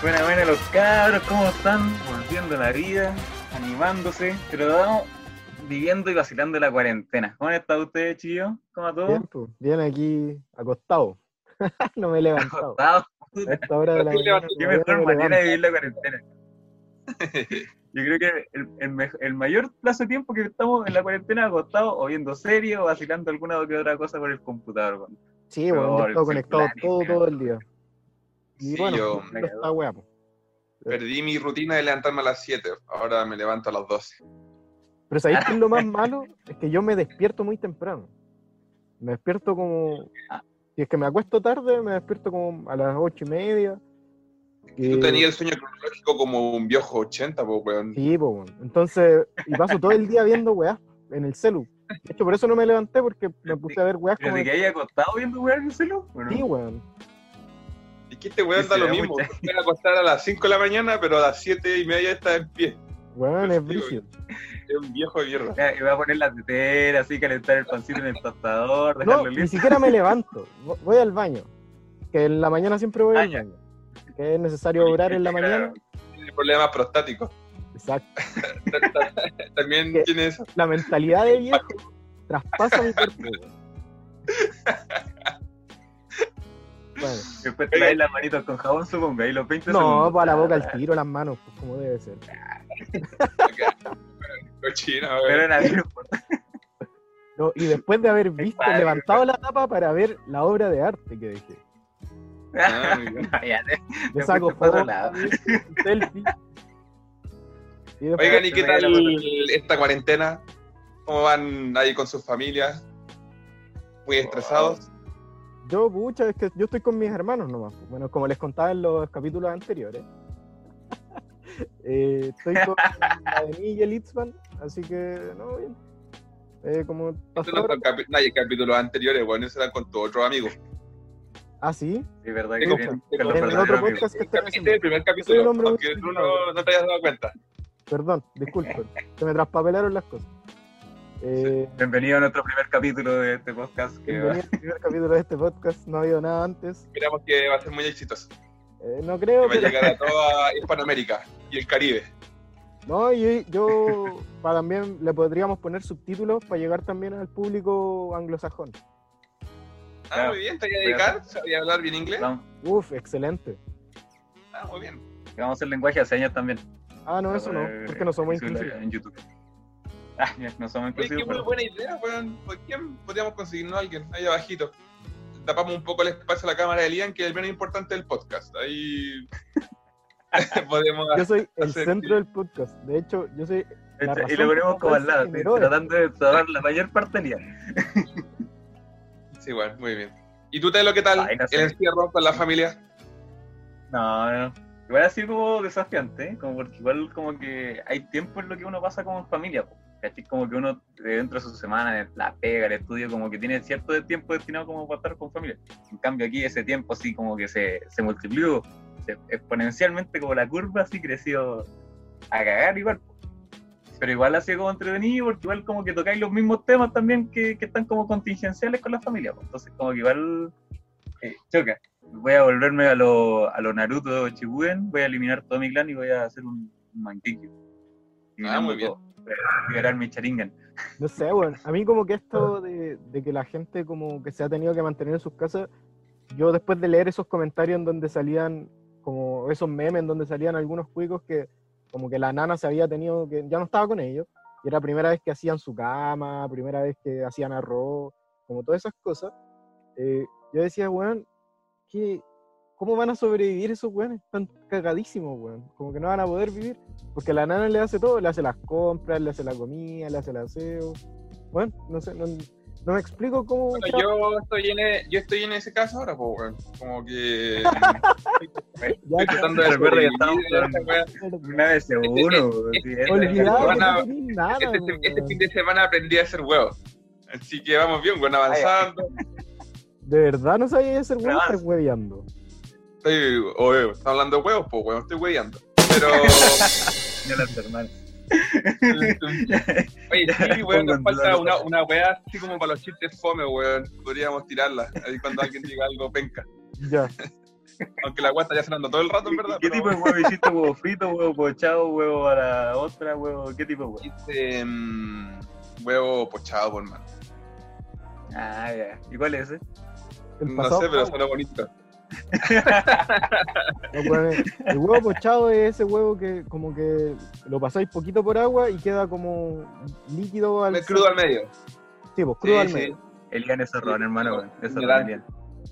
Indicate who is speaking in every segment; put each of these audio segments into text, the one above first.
Speaker 1: Buena, buena los cabros, ¿cómo están? Volviendo a la vida, animándose, pero vamos viviendo y vacilando la cuarentena. ¿Cómo está usted, chido? ¿Cómo a todos?
Speaker 2: Bien, pues, bien aquí acostado. no me he levantado.
Speaker 1: Acostado.
Speaker 2: A esta hora de la
Speaker 3: Estoy
Speaker 2: mañana.
Speaker 1: Qué
Speaker 2: todavía no
Speaker 1: mejor
Speaker 2: me
Speaker 1: manera de
Speaker 2: levanto.
Speaker 1: vivir la cuarentena. Yo creo que el, el mej- el mayor plazo de tiempo que estamos en la cuarentena acostados o viendo series o vacilando alguna o que otra cosa por el computador. weón.
Speaker 2: Sí, bueno,
Speaker 1: Por
Speaker 2: he estado
Speaker 1: el
Speaker 2: conectado
Speaker 1: celular,
Speaker 2: todo,
Speaker 1: mira.
Speaker 2: todo el día. Y
Speaker 3: Sí,
Speaker 2: bueno,
Speaker 3: yo
Speaker 2: pero está weá, po.
Speaker 3: perdí mi rutina de levantarme a las 7, ahora me levanto a las 12.
Speaker 2: Pero ¿sabéis qué es lo más malo? Es que yo me despierto muy temprano. Me despierto como... ah, Si es que me acuesto tarde, me despierto como a las ocho y media.
Speaker 3: Tú
Speaker 2: Eh,
Speaker 3: tenías el sueño cronológico como un viejo 80, pues, weón.
Speaker 2: Sí, po, weón. entonces, y paso todo el día viendo weá en el celu. De hecho, por eso no me levanté, porque me puse a ver weá
Speaker 1: Pero
Speaker 2: como...
Speaker 1: de que haya acostado viendo weón en el celu, bueno,
Speaker 2: Sí, weón.
Speaker 3: Es que este weón
Speaker 1: Sí,
Speaker 3: da
Speaker 1: se
Speaker 3: lo
Speaker 1: da
Speaker 3: mismo.
Speaker 1: mucha-
Speaker 3: Me voy a acostar a las 5 de la mañana, pero a las 7 y media está en pie.
Speaker 1: Pues
Speaker 2: Weón, es
Speaker 3: Sí, weón.
Speaker 2: brígido.
Speaker 3: Es un viejo de mierda.
Speaker 1: ya, y va a poner la tetera, así calentar el pancito en el tostador, dejarlo
Speaker 2: No, ni
Speaker 1: listo.
Speaker 2: siquiera me levanto. Vo- Voy al baño. Que en la mañana siempre voy al
Speaker 1: Baño.
Speaker 2: baño. Que es necesario orar en la
Speaker 1: Claro.
Speaker 2: mañana.
Speaker 3: Tiene problemas prostáticos.
Speaker 2: Exacto.
Speaker 3: También
Speaker 2: ¿Qué?
Speaker 3: tiene eso.
Speaker 2: La mentalidad de viejo traspasa mi cuerpo. weón. Bueno,
Speaker 1: Después te laváis las manitos con jabón, supongo, ahí los 20 segundos.
Speaker 2: no, para la boca al tiro, las manos, pues como debe ser.
Speaker 3: Cochina,
Speaker 1: Pero
Speaker 3: weón.
Speaker 1: nadie le importa.
Speaker 2: No, y después de haber visto,
Speaker 1: padre,
Speaker 2: levantado la tapa para ver la obra de arte que dejé.
Speaker 3: Ah, mira.
Speaker 1: No, ya, ¿eh? te-
Speaker 2: Le
Speaker 1: Te
Speaker 2: saco
Speaker 1: fuiste para otro
Speaker 2: fotos,
Speaker 1: lado.
Speaker 2: selfie. Y después-
Speaker 3: Oigan, ¿y qué
Speaker 1: Pero ya
Speaker 3: tal
Speaker 1: la
Speaker 3: esta cuarentena? ¿Cómo van ahí con sus familias? ¿Muy estresados?
Speaker 1: Oh.
Speaker 2: Yo, pucha, es que yo estoy con mis hermanos nomás. pues. Bueno, como les contaba en los capítulos anteriores. Eh, estoy con la de mí y el Itzman, así que, no, bien. Eh, como
Speaker 3: Estos
Speaker 2: hasta
Speaker 3: no
Speaker 2: ahora-
Speaker 3: son Este capi- no, hay capítulos anteriores, weón. Esos eran con tu otro amigo.
Speaker 2: Ah, sí,
Speaker 1: Sí, verdad que
Speaker 3: Tengo-
Speaker 1: tiene-
Speaker 3: tengo-
Speaker 1: con los
Speaker 2: en el
Speaker 3: perdón,
Speaker 2: otro
Speaker 1: verdaderos amigos.
Speaker 2: podcast que estoy
Speaker 3: Este es el este
Speaker 2: haciendo.
Speaker 3: primer
Speaker 2: Soy un
Speaker 3: capítulo,
Speaker 2: hombre
Speaker 3: aunque tú
Speaker 2: muy
Speaker 3: no, no te hayas dado cuenta.
Speaker 2: Perdón, disculpen, se me traspapelaron las cosas. Eh,
Speaker 1: Bienvenido a nuestro primer capítulo de este podcast. Que va-
Speaker 2: bienvenido al primer capítulo de este podcast, no ha habido nada antes.
Speaker 3: Esperamos que va a ser muy exitoso. que
Speaker 2: Eh, no creo,
Speaker 3: va a
Speaker 2: pero
Speaker 3: llegar a toda Hispanoamérica y el Caribe.
Speaker 2: No, y yo para también le podríamos poner subtítulos para llegar también al público anglosajón.
Speaker 3: Ah, muy bien, te voy a dedicar. Sabía hablar bien inglés.
Speaker 1: vamos,
Speaker 2: Uf, excelente.
Speaker 3: Ah, muy bien.
Speaker 1: que vamos a hacer lenguaje de señas también.
Speaker 2: Ah, no, eso no,
Speaker 1: Eh,
Speaker 2: porque no somos
Speaker 1: y subirlo
Speaker 2: inclusivos.
Speaker 1: En YouTube. Ah, ya, no somos
Speaker 3: Oye, qué
Speaker 1: inclusivos,
Speaker 3: muy
Speaker 1: pero-
Speaker 3: buena idea, weón. ¿Por quién podríamos conseguirnos a alguien? Ahí abajito. Tapamos un poco el espacio a la cámara de Lian, que es el menos importante del podcast. Ahí podemos...
Speaker 2: Yo soy el
Speaker 3: hacer-
Speaker 2: centro del podcast. De hecho, yo soy. La
Speaker 1: Este, Y
Speaker 2: razón
Speaker 1: lo ponemos
Speaker 2: por la
Speaker 1: como al
Speaker 2: cual se
Speaker 1: lado, sí,
Speaker 2: generó esto.
Speaker 1: tratando de observar la mayor parte del día.
Speaker 3: Sí, bueno, muy bien. ¿Y tú, Telo, qué tal?
Speaker 1: Ay, no sé.
Speaker 3: el encierro con la familia.
Speaker 1: No, no. Igual ha sido como desafiante, ¿eh? como porque igual como que hay tiempo en lo que uno pasa como en familia, po, ¿cachai? Como que uno eh, dentro de su semana, en la pega, el estudio, como que tiene cierto de tiempo destinado como para estar con familia. En cambio aquí ese tiempo así como que se, se multiplicó se- exponencialmente como la curva así creció a cagar igual. po. Pero igual ha sido como entretenido porque igual como que tocáis los mismos temas también que, que están como contingenciales con la familia. po. Entonces como que igual eh, choca voy a volverme a lo, a lo Naruto Shippuden, voy a eliminar todo mi clan y voy a hacer un, un Mangekyou. Eliminando
Speaker 3: Ah, muy bien.
Speaker 1: todo, para liberar mi Sharingan.
Speaker 2: No sé, bueno, a mí como que esto de, de que la gente como que se ha tenido que mantener en sus casas, yo después de leer esos comentarios en donde salían como esos memes, en donde salían algunos cuicos que como que la nana se había tenido que, ya no estaba con ellos, y era primera vez que hacían su cama, primera vez que hacían arroz, como todas esas cosas, eh, yo decía, weón, ¿qué- ¿cómo van a sobrevivir esos weones? Están cagadísimos, weón, como que no van a poder vivir. Porque la nana le hace todo, le hace las compras, le hace la comida, le hace el aseo. Bueno, no sé, no, no me explico cómo...
Speaker 3: Bueno, yo estoy en, e- yo estoy en ese caso ahora, pues, weón. Como que...
Speaker 2: Ya,
Speaker 3: Estoy tratando de
Speaker 1: Recuerda que
Speaker 3: sobrevivir
Speaker 1: estamos
Speaker 3: de esta
Speaker 1: con-
Speaker 3: weá.
Speaker 1: Una vez seguro. sí, esa-
Speaker 2: Olvidado que
Speaker 3: Semana-
Speaker 2: no tenía nada,
Speaker 3: Este,
Speaker 2: weón.
Speaker 3: este fin de semana aprendí a hacer huevos. Así que vamos bien, weón, avanzando.
Speaker 2: De verdad no sabía hacer
Speaker 1: Pero
Speaker 2: weón, estás hueveando.
Speaker 3: Estoy, oye, estamos hablando de huevos, pues, weón, estoy hueveando. Pero,
Speaker 1: de las hermanas.
Speaker 3: oye, sí,
Speaker 1: Pongan
Speaker 3: weón, nos falta
Speaker 1: plata.
Speaker 3: una, una weá así como para los chistes fome, weón. Podríamos tirarla, ahí cuando alguien diga algo penca.
Speaker 2: Ya.
Speaker 3: Aunque la agua está ya cenando todo el rato, en verdad.
Speaker 1: ¿Qué
Speaker 3: pero-
Speaker 1: tipo de huevo hiciste? ¿Huevo frito, huevo pochado, huevo a la otra, huevo? ¿Qué tipo de huevo?
Speaker 3: Hice mm, huevo pochado, por mano.
Speaker 1: Ah, ya. ¿Y cuál es ese?
Speaker 2: El
Speaker 3: No
Speaker 2: pasado
Speaker 3: sé, pero
Speaker 2: pavo.
Speaker 3: suena bonito.
Speaker 2: Lo ponen- El huevo pochado es ese huevo que como que lo pasáis poquito por agua y queda como líquido al
Speaker 3: El crudo al medio.
Speaker 2: Sí, pues, crudo
Speaker 3: Sí,
Speaker 2: al
Speaker 3: sí.
Speaker 2: medio.
Speaker 1: Elian es error, hermano. weón. Es error,
Speaker 3: Ignorante.
Speaker 1: Elian.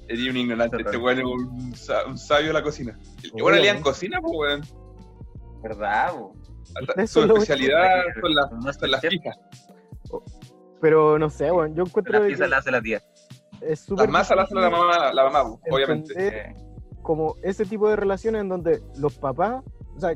Speaker 3: Sería un ignorante. Este
Speaker 1: Terror.
Speaker 3: weón es un, sa- un sabio de la cocina. Y bueno,
Speaker 2: Obvio,
Speaker 3: Elian
Speaker 2: ¿no?
Speaker 3: cocina, pues, weón.
Speaker 1: ¿Verdad, po?
Speaker 3: Hasta-
Speaker 2: Ustedes
Speaker 3: Su
Speaker 2: son los
Speaker 3: especialidad
Speaker 1: Aquí,
Speaker 3: son las,
Speaker 1: un Masterchef,
Speaker 3: son las fijas.
Speaker 2: Pero no sé, bueno, yo encuentro
Speaker 1: La
Speaker 2: de que
Speaker 1: pizza la hace la tía.
Speaker 2: es súper
Speaker 3: Las masas las hace la mamá, la mamá pues, obviamente.
Speaker 2: entender como ese tipo de relaciones en donde los papás, o sea,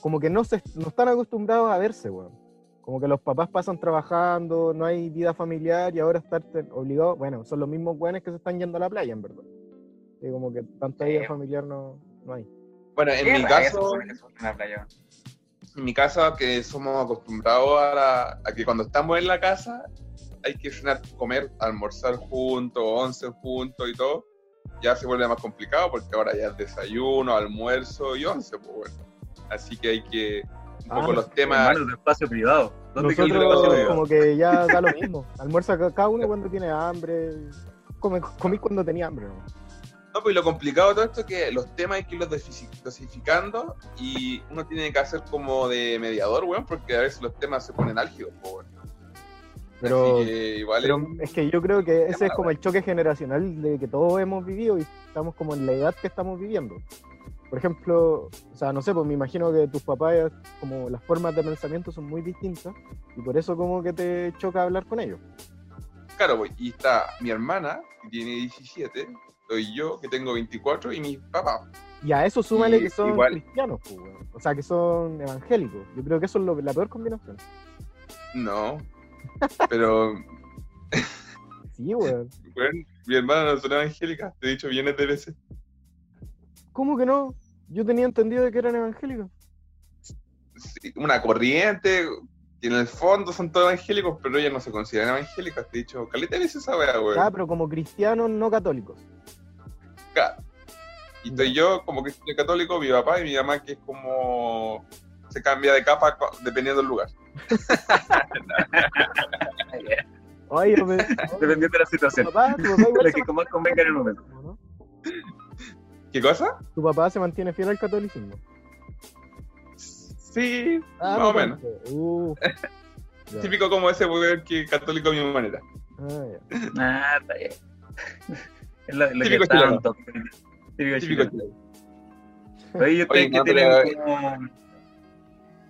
Speaker 2: como que no, se, no están acostumbrados a verse, weón. Como que los papás pasan trabajando, no hay vida familiar y ahora estar te- obligados, bueno, son los mismos weones que se están yendo a la playa, en verdad. Y como que tanta vida
Speaker 1: Sí.
Speaker 2: familiar no, no hay.
Speaker 3: Bueno, en mi caso, en mi casa que somos acostumbrados a, la- a que cuando estamos en la casa hay que cenar, comer, almorzar juntos, once juntos y todo, ya se vuelve más complicado porque ahora ya es desayuno, almuerzo y once, pues bueno. Así que hay que un
Speaker 2: Ah,
Speaker 3: poco los temas
Speaker 1: Hermano, tu espacio privado. ¿Dónde quedó tu espacio
Speaker 2: Nosotros
Speaker 1: privado?
Speaker 2: como que ya da lo mismo. Almuerza ca- cada uno cuando tiene hambre. Come, comí cuando tenía hambre. ¿no?
Speaker 3: No, pues y lo complicado de todo esto es que los temas hay que irlos dosi- dosificando y uno tiene que hacer como de mediador, weón, porque a veces los temas se ponen álgidos, po, weón.
Speaker 2: Pero-
Speaker 3: Así que igual
Speaker 2: Pero
Speaker 3: es un-
Speaker 2: es que yo creo que ese
Speaker 3: Llamada,
Speaker 2: es como el choque generacional de que todos hemos vivido y estamos como en la edad que estamos viviendo. Por ejemplo, o sea, no sé, pues me imagino que tus papás, como las formas de pensamiento son muy distintas y por eso como que te choca hablar con ellos.
Speaker 3: Claro, pues, y está mi hermana, que tiene 17, soy yo, que tengo 24, y mi papá.
Speaker 2: Y a eso súmale
Speaker 3: Y
Speaker 2: que son
Speaker 3: igual-
Speaker 2: cristianos, pues, weón. o sea, que son evangélicos. Yo creo que eso es lo- la peor combinación.
Speaker 3: No. Pero,
Speaker 2: Sí, weón.
Speaker 3: weón, mi hermana no es una evangélica, te he dicho millones de veces.
Speaker 2: ¿Cómo que no? Yo tenía entendido de que eran evangélicos.
Speaker 3: Sí, Una corriente, que en el fondo son todos evangélicos, pero ellas no se consideran evangélicas, te he dicho, caleta de veces esa weá, weón.
Speaker 2: Ah, pero como cristianos no católicos.
Speaker 3: Claro. Y estoy yo como cristiano católico, mi papá y mi mamá que es como se cambia de capa cu- dependiendo del lugar.
Speaker 1: Ah, ya.
Speaker 2: Ay, yo me...
Speaker 1: Dependiendo de la situación.
Speaker 2: Tu papá, tu papá igual
Speaker 1: Lo
Speaker 2: se
Speaker 1: que más convenga en el momento.
Speaker 2: ¿no?
Speaker 3: ¿Qué cosa?
Speaker 2: Tu papá se mantiene fiel al catolicismo.
Speaker 3: Sí,
Speaker 2: Ah,
Speaker 1: Ah,
Speaker 3: más o menos.
Speaker 2: Uh, ya.
Speaker 3: Típico como ese weón que es católico a mi manera.
Speaker 2: Ah, ya.
Speaker 1: Ah, está bien. Es lo, lo
Speaker 3: Típico
Speaker 1: que
Speaker 3: chileno.
Speaker 1: tanto. Típico
Speaker 3: Típico
Speaker 1: chileno.
Speaker 3: chileno.
Speaker 1: Oye, ¿y ustedes
Speaker 3: Oye, no,
Speaker 1: que
Speaker 3: pero-
Speaker 1: tienen como,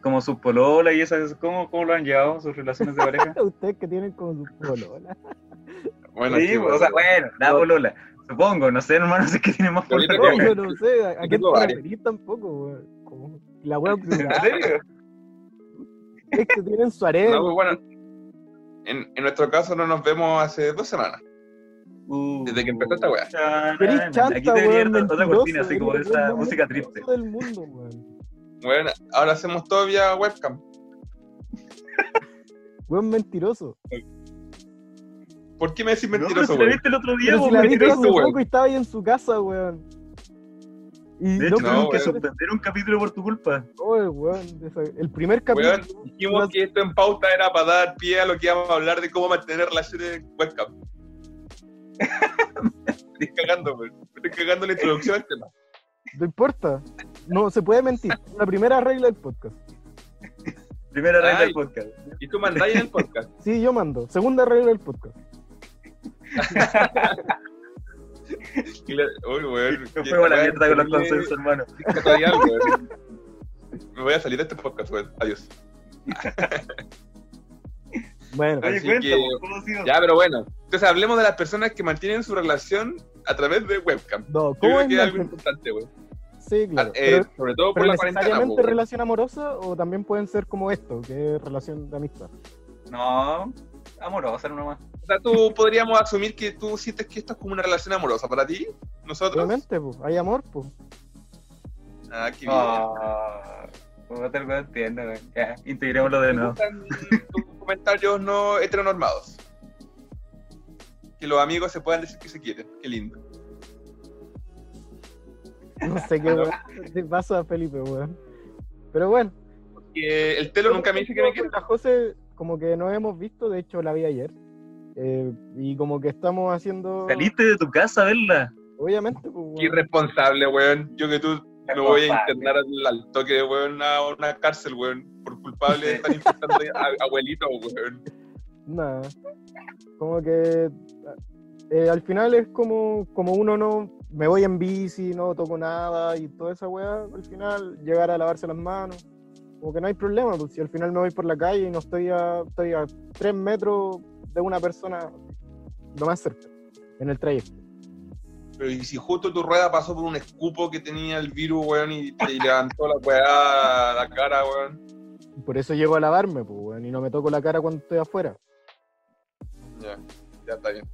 Speaker 1: como sus pololas y esas, ¿cómo, ¿cómo lo han llevado sus relaciones de pareja?
Speaker 2: Ustedes que tienen como su polola.
Speaker 3: Bueno, pues.
Speaker 1: sí,
Speaker 3: weón.
Speaker 1: o sea, bueno, la polola. Supongo, no sé, hermano, si es que tiene más
Speaker 3: Pero ahorita
Speaker 1: polola.
Speaker 2: No, yo no sé. ¿A
Speaker 3: Yo
Speaker 2: qué te
Speaker 3: tengo varias.
Speaker 2: referís tampoco, weón? Como La wea
Speaker 1: ¿En serio?
Speaker 2: es que tienen su
Speaker 1: Eh.
Speaker 2: arena.
Speaker 3: No, pues, bueno, en, en nuestro caso no nos vemos hace dos semanas.
Speaker 1: Uh,
Speaker 3: Desde que empezó esta weá.
Speaker 1: chan,
Speaker 2: Pero es chanta,
Speaker 1: Aquí debería
Speaker 2: weón,
Speaker 1: haber otra
Speaker 2: mentiroso,
Speaker 1: cortina, así como
Speaker 2: eres el
Speaker 1: esa
Speaker 2: weón
Speaker 1: música
Speaker 2: más
Speaker 1: triste.
Speaker 2: mentiroso del mundo, weón.
Speaker 3: Bueno, ahora hacemos todo vía webcam.
Speaker 2: Weón mentiroso.
Speaker 3: ¿Por qué me decís
Speaker 1: no, pero
Speaker 3: mentiroso,
Speaker 1: si la
Speaker 3: weón?
Speaker 1: viste el otro día,
Speaker 2: Pero si
Speaker 1: vos
Speaker 2: la
Speaker 1: me
Speaker 2: vi
Speaker 3: mentiroso,
Speaker 2: hace
Speaker 3: weón.
Speaker 2: poco y estaba ahí en su casa, weón. Y
Speaker 1: De hecho,
Speaker 3: No,
Speaker 1: tuvimos que
Speaker 3: weón.
Speaker 1: suspender un capítulo por tu culpa.
Speaker 2: Oh, el weón, desa- el primer capítulo.
Speaker 3: Weón, dijimos que esto en pauta era para dar pie a lo que íbamos a hablar de cómo mantener relaciones en webcam. Estoy cagando, weón. Estoy cagando la introducción al tema.
Speaker 2: No importa. No se puede mentir. La primera regla del podcast.
Speaker 1: Primera regla
Speaker 3: Ay.
Speaker 1: del podcast.
Speaker 3: Y tú mandáis en el podcast.
Speaker 2: Sí, yo mando. Segunda regla del podcast.
Speaker 3: Y le- Uy, weón.
Speaker 1: Yo
Speaker 3: qué
Speaker 1: fuego a la
Speaker 3: weón,
Speaker 1: mierda con los
Speaker 3: terrible
Speaker 1: consensos, hermano.
Speaker 3: dictatorial, weón. Me voy a salir de este podcast, weón. Adiós.
Speaker 2: Bueno,
Speaker 1: Oye,
Speaker 3: Así
Speaker 1: cuenta,
Speaker 3: que-
Speaker 1: vos, ¿cómo ha sido?
Speaker 3: Ya, pero bueno. Entonces hablemos de las personas que mantienen su relación a través de webcam.
Speaker 2: no, ¿cómo
Speaker 3: Yo creo
Speaker 2: es
Speaker 3: que es
Speaker 2: la-
Speaker 3: algo importante, weón.
Speaker 2: Sí, claro.
Speaker 3: Ah, eh,
Speaker 2: pero,
Speaker 3: sobre todo por
Speaker 2: pero
Speaker 3: la cuarentena. pues,
Speaker 2: necesariamente
Speaker 3: weón.
Speaker 2: relación amorosa o también pueden ser como esto, que es relación de amistad.
Speaker 1: No, amorosa nomás.
Speaker 3: O sea, tú podríamos asumir que tú sientes que esto es como una relación amorosa para ti, nosotros.
Speaker 2: Obviamente, pues, hay amor, pues.
Speaker 3: Ah, qué bien.
Speaker 1: Ah, otra cosa entiendo, güey. Ya, integrémoslo de
Speaker 3: Me
Speaker 1: nuevo.
Speaker 3: gustan tus comentarios no heteronormados. Que los amigos se puedan decir que se quieren. Qué lindo.
Speaker 2: No sé qué weón te pasa a Felipe, weón. Pero bueno,
Speaker 3: Porque el Telo nunca me dice que me quiere.
Speaker 2: la José, como que nos hemos visto, de hecho la vi ayer. Eh, y como que estamos haciendo.
Speaker 1: Saliste de tu casa a verla.
Speaker 2: Obviamente, pues, weón.
Speaker 3: Qué irresponsable, weón. Yo que tú no voy a internar al, al toque, weón, a una cárcel, weón. Por culpable de estar infectando a abuelito, weón.
Speaker 2: Nada. Como que eh, al final es como, como uno no me voy en bici, no toco nada y toda esa weá, al final llegar a lavarse las manos. Como que no hay problema, pues si al final me voy por la calle y no estoy a, estoy a tres metros de una persona, lo más cerca, en el trayecto.
Speaker 3: Pero y si justo tu rueda pasó por un escupo que tenía el virus, weón, y te levantó la weá, la cara, weón.
Speaker 2: Por eso llego a lavarme, pues, weón, y no me toco la cara cuando estoy afuera.
Speaker 3: Ya, ya está bien.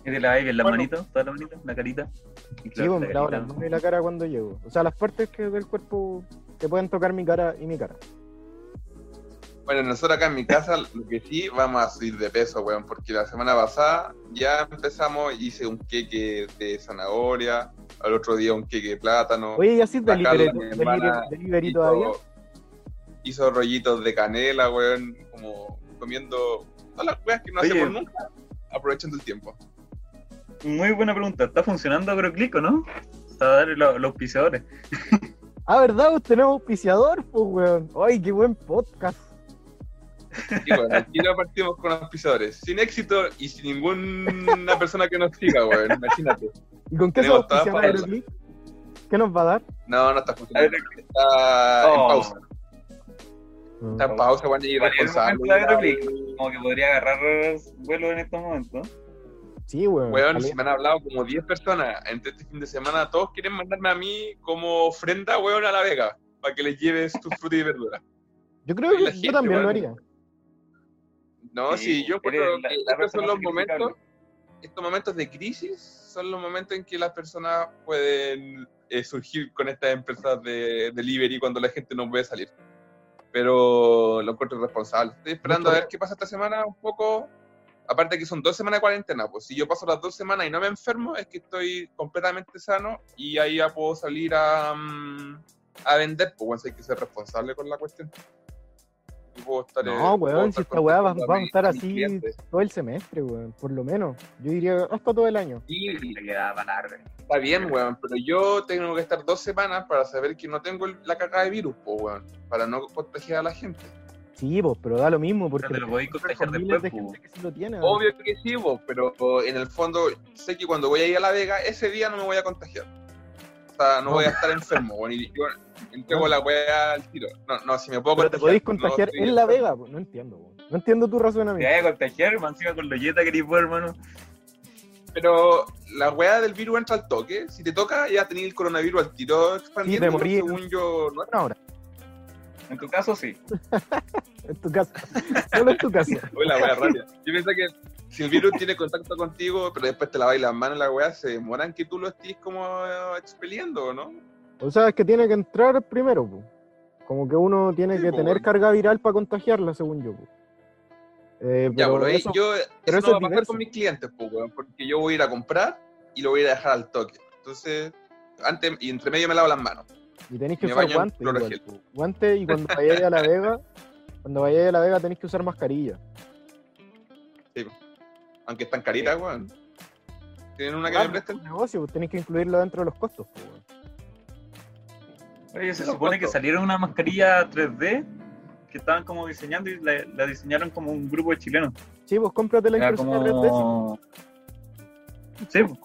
Speaker 1: ¿Y te laváis bien las
Speaker 2: Bueno.
Speaker 1: manitos? ¿Todas las manitos? ¿La carita? Y
Speaker 2: Sí, pues, me lavo
Speaker 1: la
Speaker 2: las manos
Speaker 1: carita.
Speaker 2: y la cara cuando llego. O sea, las partes que del cuerpo que pueden tocar mi cara y mi cara.
Speaker 3: Bueno, nosotros acá en mi casa, lo que sí, vamos a subir de peso, weón, porque la semana pasada ya empezamos, hice un queque de zanahoria, al otro día un queque de plátano.
Speaker 2: Oye, ¿y así
Speaker 3: La
Speaker 2: delivery,
Speaker 3: Carla, mi
Speaker 2: delivery-
Speaker 3: hermana,
Speaker 2: delivery
Speaker 3: hizo-
Speaker 2: todavía?
Speaker 3: Hizo rollitos de canela, weón, como comiendo todas las weas que no
Speaker 1: Oye.
Speaker 3: hacemos nunca, aprovechando el tiempo.
Speaker 1: Muy buena pregunta. ¿Está funcionando AgroClick o no? Está dar los, los pisadores.
Speaker 2: Ah, ¿verdad? Vos Tenemos auspiciador, pues, weón. Ay, qué buen podcast.
Speaker 3: Y bueno, aquí lo partimos con auspiciadores, sin éxito y sin ninguna persona que nos siga, weón, imagínate.
Speaker 2: ¿Y con qué se
Speaker 3: Tenemos todas
Speaker 2: auspiciaba
Speaker 3: para
Speaker 2: Aeroclick? ¿Qué nos va a dar?
Speaker 3: No, no está funcionando, está en
Speaker 1: Oh.
Speaker 3: pausa. Está en pausa, weón, y
Speaker 1: Bueno, en el
Speaker 3: responsable.
Speaker 1: momento de AgroClick, como que podría agarrar vuelo en estos momentos.
Speaker 2: Sí, weón.
Speaker 3: Weón,
Speaker 2: Vale.
Speaker 3: si me han hablado como 10 personas entre este fin de semana, todos quieren mandarme a mí como ofrenda, weón, a la vega, para que les lleves tus frutas y verduras.
Speaker 2: Yo creo
Speaker 3: la
Speaker 2: que
Speaker 3: gente,
Speaker 2: yo también lo
Speaker 3: weón.
Speaker 2: haría.
Speaker 3: No,
Speaker 1: Sí,
Speaker 3: sí, yo
Speaker 1: eres
Speaker 3: creo
Speaker 1: la-
Speaker 3: que
Speaker 1: la
Speaker 3: estos son
Speaker 1: persona
Speaker 3: los
Speaker 1: sacrificable.
Speaker 3: momentos, estos momentos de crisis son los momentos en que las personas pueden eh, surgir con estas empresas de delivery cuando la gente no puede salir. Pero lo encuentro irresponsable. Estoy esperando a ver qué pasa esta semana un poco. Aparte que son dos semanas de cuarentena, pues si yo paso las dos semanas y no me enfermo, es que estoy completamente sano y ahí ya puedo salir a, mm, a vender, pues bueno, hay que ser responsable con la cuestión. Y puedo estar, eh,
Speaker 2: No,
Speaker 3: puedo
Speaker 2: weón, si
Speaker 3: estar
Speaker 2: esta weá va,
Speaker 3: contestando
Speaker 2: va a
Speaker 3: mi-
Speaker 2: estar
Speaker 3: mis
Speaker 2: así
Speaker 3: clientes.
Speaker 2: todo el semestre, weón. Por lo menos. Yo diría hasta todo el año.
Speaker 3: Sí,
Speaker 1: Le quedaba largo.
Speaker 3: está bien, weón, pero yo tengo que estar dos semanas para saber que no tengo el- la caca de virus, pues, weón, para no contagiar a la gente.
Speaker 2: Sí, pues, pero da lo mismo porque
Speaker 1: Pero te lo podéis
Speaker 2: con
Speaker 1: contagiar después,
Speaker 2: miles de
Speaker 1: pues.
Speaker 2: gente que sí lo tiene. weón.
Speaker 3: Obvio que sí, vos, pero en el fondo sé que cuando voy a ir a La Vega, ese día no me voy a contagiar. O sea, no,
Speaker 2: No.
Speaker 3: voy a estar enfermo, weón, y yo entrego la weá al tiro. No, no, si me puedo
Speaker 2: Pero te podéis
Speaker 3: no
Speaker 2: contagiar
Speaker 3: estoy
Speaker 2: en La
Speaker 3: enfermo.
Speaker 2: Vega, pues. No entiendo, weón. No entiendo tu
Speaker 1: Te
Speaker 2: razonamiento.
Speaker 1: vas a contagiar, más encima con lolleta que eres vos, hermano.
Speaker 3: Pero la weá del virus entra al toque. Si te toca, ya tenés el coronavirus al tiro expandiendo.
Speaker 2: morí.
Speaker 3: según yo, no
Speaker 2: Una hora.
Speaker 1: En tu caso, sí.
Speaker 2: En tu casa. Solo en tu casa.
Speaker 3: Oye, la wea rápida. Yo pienso que si el virus tiene contacto contigo, pero después te laváis las manos, la weá, se demoran que tú lo estés como eh, expeliendo, ¿no?
Speaker 2: O sea, es que tiene que entrar primero, pues. Como que uno tiene
Speaker 3: Sí,
Speaker 2: que
Speaker 3: pues,
Speaker 2: tener
Speaker 3: weón.
Speaker 2: carga viral para contagiarla, según yo, pues. Eh,
Speaker 3: ya,
Speaker 2: pero
Speaker 3: pero ahí
Speaker 2: eso-
Speaker 3: yo, eso
Speaker 2: pero eso
Speaker 3: no va a
Speaker 2: es
Speaker 3: pasar
Speaker 2: diverso.
Speaker 3: con mis clientes, pues, weón, porque yo voy a ir a comprar y lo voy a ir a dejar al toque. Entonces, antes, y entre medio me lavo las manos.
Speaker 2: Y tenéis que
Speaker 3: Me
Speaker 2: usar
Speaker 3: baño en
Speaker 2: guantes. igual,
Speaker 3: clorogel.
Speaker 2: po. Guantes y cuando vayáis a la Vega, cuando vayáis a la Vega tenéis que usar mascarilla.
Speaker 3: Aunque están caritas, weón. ¿Tienen una que
Speaker 2: Ah,
Speaker 3: me
Speaker 2: pero es
Speaker 3: presten?
Speaker 2: un negocio, pues, tenéis que incluirlo dentro de los costos. po, weón.
Speaker 1: Oye, se
Speaker 3: Pero
Speaker 1: supone
Speaker 3: ¿cuánto?
Speaker 1: que salieron una mascarilla 3D que estaban como diseñando y la, la diseñaron como un grupo de chilenos.
Speaker 2: Sí, vos cómprate la
Speaker 1: Era
Speaker 2: impresora 3D.
Speaker 1: como... Sí, po.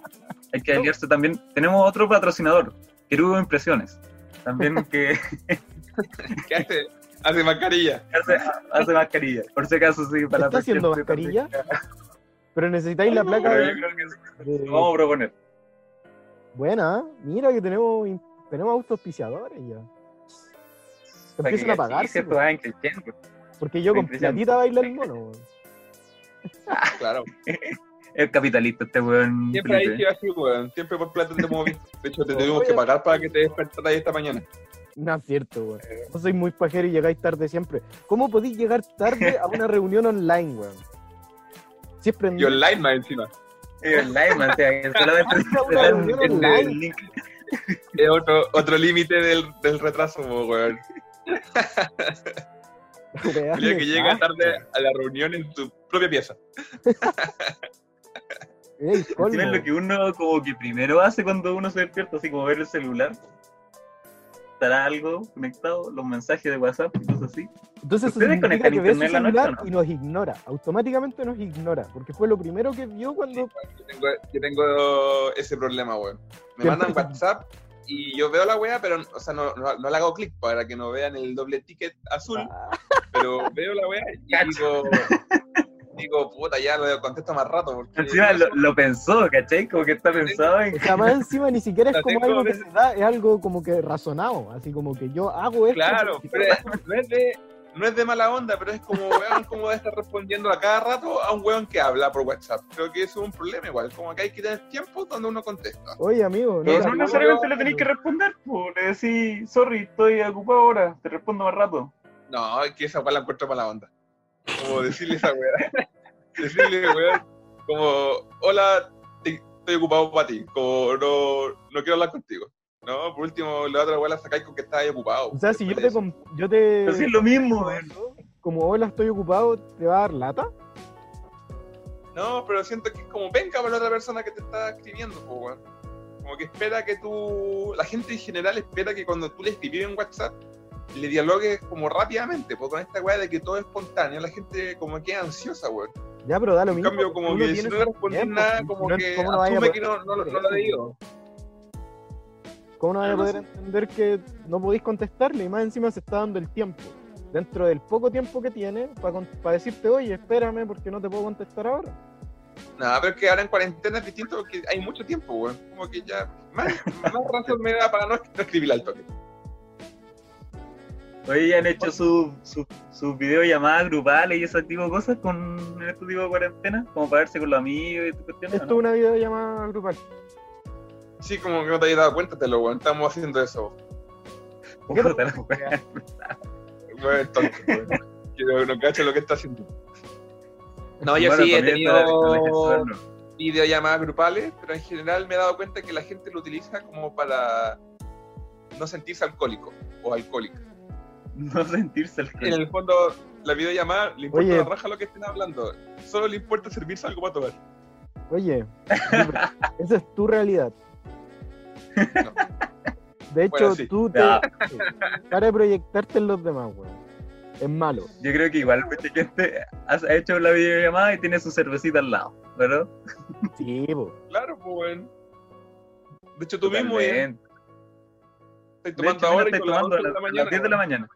Speaker 1: hay que aliarse también. Tenemos otro patrocinador, Querubo Impresiones. También que
Speaker 3: ¿Qué hace? Hace mascarilla.
Speaker 1: hace, hace mascarillas. Por si acaso, sí, para la
Speaker 2: ¿Está haciendo
Speaker 1: próxima-
Speaker 2: mascarilla? Pero necesitáis la placa
Speaker 1: Pero yo
Speaker 2: de...
Speaker 1: creo que sí,
Speaker 2: de-
Speaker 1: lo vamos a proponer.
Speaker 2: Buena, ¿eh? mira que tenemos, in- tenemos autospiciadores ya. Se
Speaker 1: Para que
Speaker 2: empiezan a
Speaker 1: así
Speaker 2: pagarse, pues.
Speaker 1: se
Speaker 2: po,
Speaker 1: puedan creciendo.
Speaker 2: porque yo
Speaker 1: fue
Speaker 2: con
Speaker 1: impresionante.
Speaker 2: platita baila el mono. weón.
Speaker 3: Claro.
Speaker 1: Es capitalista este weón.
Speaker 3: Siempre
Speaker 1: Felipe.
Speaker 3: hay que ir así, weón. Siempre por plata te moviste. De hecho, te tuvimos
Speaker 2: Oye.
Speaker 3: que pagar para que te despertaras esta mañana.
Speaker 2: No es cierto, weón.
Speaker 1: Eh.
Speaker 2: Vos sois muy pajero y llegáis tarde siempre. ¿Cómo podéis llegar tarde a una reunión online, weón? Siempre en
Speaker 3: Y online más encima.
Speaker 1: Es online, man, o sea, que solamente
Speaker 2: una reunión
Speaker 1: el- el-
Speaker 2: online.
Speaker 1: el link-
Speaker 3: es otro, otro límite del, del retraso, po, weón.
Speaker 2: Weá,
Speaker 3: Creo que
Speaker 2: me
Speaker 3: llega
Speaker 2: pasa.
Speaker 3: tarde a la reunión en tu propia pieza.
Speaker 2: Era el colmo.
Speaker 1: Encima es lo que uno como que primero hace cuando uno se despierta, así como ver el celular. Estará algo conectado, los mensajes de WhatsApp y cosas así.
Speaker 2: Entonces eso
Speaker 1: ¿Ustedes
Speaker 2: significa
Speaker 1: conectan
Speaker 2: que ve su
Speaker 1: internet en la noche
Speaker 2: celular
Speaker 1: o no?
Speaker 2: y nos ignora. Automáticamente nos ignora. Porque fue lo primero que vio cuando...
Speaker 3: Yo tengo, yo tengo ese problema, weón. Me
Speaker 2: ¿Qué
Speaker 3: mandan
Speaker 2: pasa?
Speaker 3: WhatsApp y yo veo la weá, pero o sea, no, no, no le hago clic para que no vean el doble ticket azul,
Speaker 2: Ah,
Speaker 3: pero veo la weá y
Speaker 1: Cacho.
Speaker 3: digo, digo, puta, ya lo contesto más rato. Porque
Speaker 1: Encima lo, lo pensó, ¿cachai? Como que está pensado en
Speaker 2: o sea, más encima ni siquiera es
Speaker 3: La
Speaker 2: como
Speaker 3: tengo
Speaker 2: algo que
Speaker 3: de-
Speaker 2: se da, es algo como que razonado. Así como que yo hago esto.
Speaker 3: Claro,
Speaker 2: porque-
Speaker 3: pero no es, de, no es de mala onda, pero es como, weón, cómo va a estar respondiendo a cada rato a un weón que habla por WhatsApp. Creo que eso es un problema igual, como que hay que tener tiempo donde uno contesta.
Speaker 2: Oye, amigo.
Speaker 1: Pero
Speaker 3: Pero
Speaker 1: no
Speaker 3: no,
Speaker 1: necesariamente
Speaker 3: no,
Speaker 1: le tenéis
Speaker 3: no.
Speaker 1: que responder, po. le decís, sorry, estoy ocupado ahora, te respondo más rato.
Speaker 3: No, es que esa weá la encuentro mala onda. Como decirle esa weá. decirle, weón, como, hola, te- estoy ocupado para ti, como no, no quiero hablar contigo. No, por último, la otra weá la sacáis con que estás ocupado.
Speaker 2: O sea, si yo
Speaker 3: Después
Speaker 2: te...
Speaker 3: de eso.
Speaker 2: com- Yo te
Speaker 1: Pero sí es lo mismo, weón.
Speaker 2: como hola, estoy ocupado, ¿te va a dar lata?
Speaker 3: No, pero siento que es como venga para la otra persona que te está escribiendo, po, weón. Como que espera que tú. La gente en general espera que cuando tú le escribís en WhatsApp, le dialogues como rápidamente, pues con esta weá de que todo es espontáneo, la gente como que es ansiosa, weón.
Speaker 2: Ya, pero da lo
Speaker 3: En
Speaker 2: mismo.
Speaker 3: cambio,
Speaker 2: porque
Speaker 3: como
Speaker 2: uno
Speaker 3: que si
Speaker 2: tiene
Speaker 3: no
Speaker 2: su
Speaker 3: le respondís
Speaker 2: tiempo,
Speaker 3: nada,
Speaker 2: si
Speaker 3: como
Speaker 2: no-
Speaker 3: que
Speaker 2: ¿cómo no vaya a
Speaker 3: asume
Speaker 2: poder
Speaker 3: que no, no, lo- no
Speaker 2: entender
Speaker 3: lo ha
Speaker 2: eso?
Speaker 3: leído.
Speaker 2: ¿Cómo no vas a
Speaker 3: Ah,
Speaker 2: poder
Speaker 3: no
Speaker 2: entender que no podéis contestarle? Y más encima se está dando el tiempo. Dentro del poco tiempo que tiene, para decirte, oye, espérame porque no te puedo contestar ahora.
Speaker 3: Nada, pero es que ahora en cuarentena es distinto porque hay mucho tiempo, weón. Como que ya. Más, más razón me da para no, no escribir al toque.
Speaker 1: Oye, ya han hecho sus su, sus videollamadas grupales y ese tipo de cosas con en este tipo de cuarentena, como para verse con los amigos y estas cuestiones.
Speaker 2: Esto
Speaker 1: ¿o
Speaker 2: es una videollamada grupal.
Speaker 3: Sí, como que no te hayas dado cuenta, te lo, weón. Estamos haciendo eso,
Speaker 1: ¿no?
Speaker 2: ¿Qué
Speaker 1: Puta la
Speaker 2: tal?
Speaker 1: wea.
Speaker 3: Bueno, entonces, bueno, que no, no cacho lo que está haciendo. No, yo
Speaker 1: Bueno,
Speaker 3: sí he
Speaker 1: también para- para
Speaker 3: tenido
Speaker 1: ejercerlo.
Speaker 3: videollamadas grupales, pero en general me he dado cuenta que la gente lo utiliza como para no sentirse alcohólico o alcohólica.
Speaker 1: No sentirse el
Speaker 3: En el fondo, la videollamada le importa
Speaker 2: Oye.
Speaker 3: la raja lo que estén hablando, solo le importa servirse algo para tomar.
Speaker 2: Oye, esa es tu realidad.
Speaker 3: No.
Speaker 2: De hecho,
Speaker 3: Bueno, sí.
Speaker 2: tú te.
Speaker 1: Ya.
Speaker 2: Para de proyectarte en los demás, weón. Es malo.
Speaker 1: Yo creo que igual mucha gente ha ha hecho la videollamada y tiene su cervecita al lado, ¿verdad?
Speaker 2: Sí, po.
Speaker 3: Claro, pues, bueno. De hecho, tú mismo eh,
Speaker 1: Totalmente.
Speaker 3: estás
Speaker 1: De
Speaker 3: tomando
Speaker 1: hecho,
Speaker 3: ahora
Speaker 1: mira,
Speaker 3: y
Speaker 1: estoy
Speaker 3: con las
Speaker 1: tomando
Speaker 3: 11
Speaker 1: a
Speaker 3: de
Speaker 1: las
Speaker 3: la
Speaker 1: a las
Speaker 3: mañana.
Speaker 1: 10 de la
Speaker 3: weón.
Speaker 1: mañana.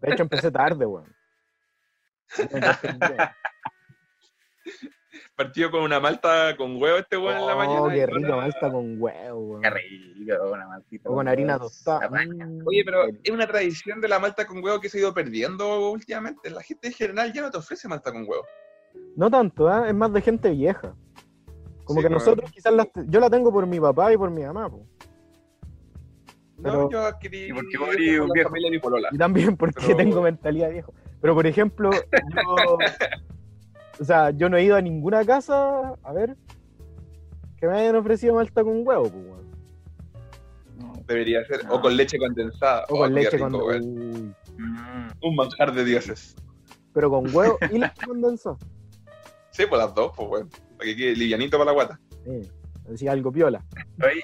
Speaker 2: De hecho, empecé tarde, weón.
Speaker 3: Partido con una malta con huevo este weón en la mañana.
Speaker 2: Oh,
Speaker 3: y
Speaker 2: qué
Speaker 3: ahora-
Speaker 2: rico, malta con huevo, weón.
Speaker 1: Qué rico, una maldita.
Speaker 2: O con harina tostada.
Speaker 1: Apaña.
Speaker 2: Mm,
Speaker 3: Oye, pero
Speaker 2: el-
Speaker 3: es una tradición de la malta con huevo que se ha ido perdiendo últimamente. La gente en general ya no te ofrece malta con huevo.
Speaker 2: No tanto, ¿ah? es más de gente vieja. Como
Speaker 3: Sí,
Speaker 2: que
Speaker 3: weón.
Speaker 2: nosotros quizás las te- yo la tengo por mi papá y por mi mamá, po.
Speaker 3: No,
Speaker 2: Pero-
Speaker 3: yo adquirí
Speaker 1: ¿Y por qué morí un
Speaker 3: con la
Speaker 1: viejo?
Speaker 3: familia de mi polola.
Speaker 2: y también porque
Speaker 3: Pero-
Speaker 2: tengo mentalidad de viejo. Pero por ejemplo, yo, o sea, yo no he ido a ninguna casa, a ver, que me hayan ofrecido malta con huevo, po, weón.
Speaker 3: Debería ser.
Speaker 1: No.
Speaker 3: O con leche condensada.
Speaker 2: o
Speaker 3: Oh,
Speaker 2: con
Speaker 3: qué
Speaker 2: leche
Speaker 3: rico,
Speaker 2: con
Speaker 3: weón.
Speaker 2: Uy,
Speaker 1: Mm.
Speaker 3: Un manjar de dioses.
Speaker 2: pero con huevo y leche condensada.
Speaker 3: Sí, pues las dos, pues, weón. Para que quede livianito para la guata.
Speaker 2: Eh, así algo piola.
Speaker 1: Oye,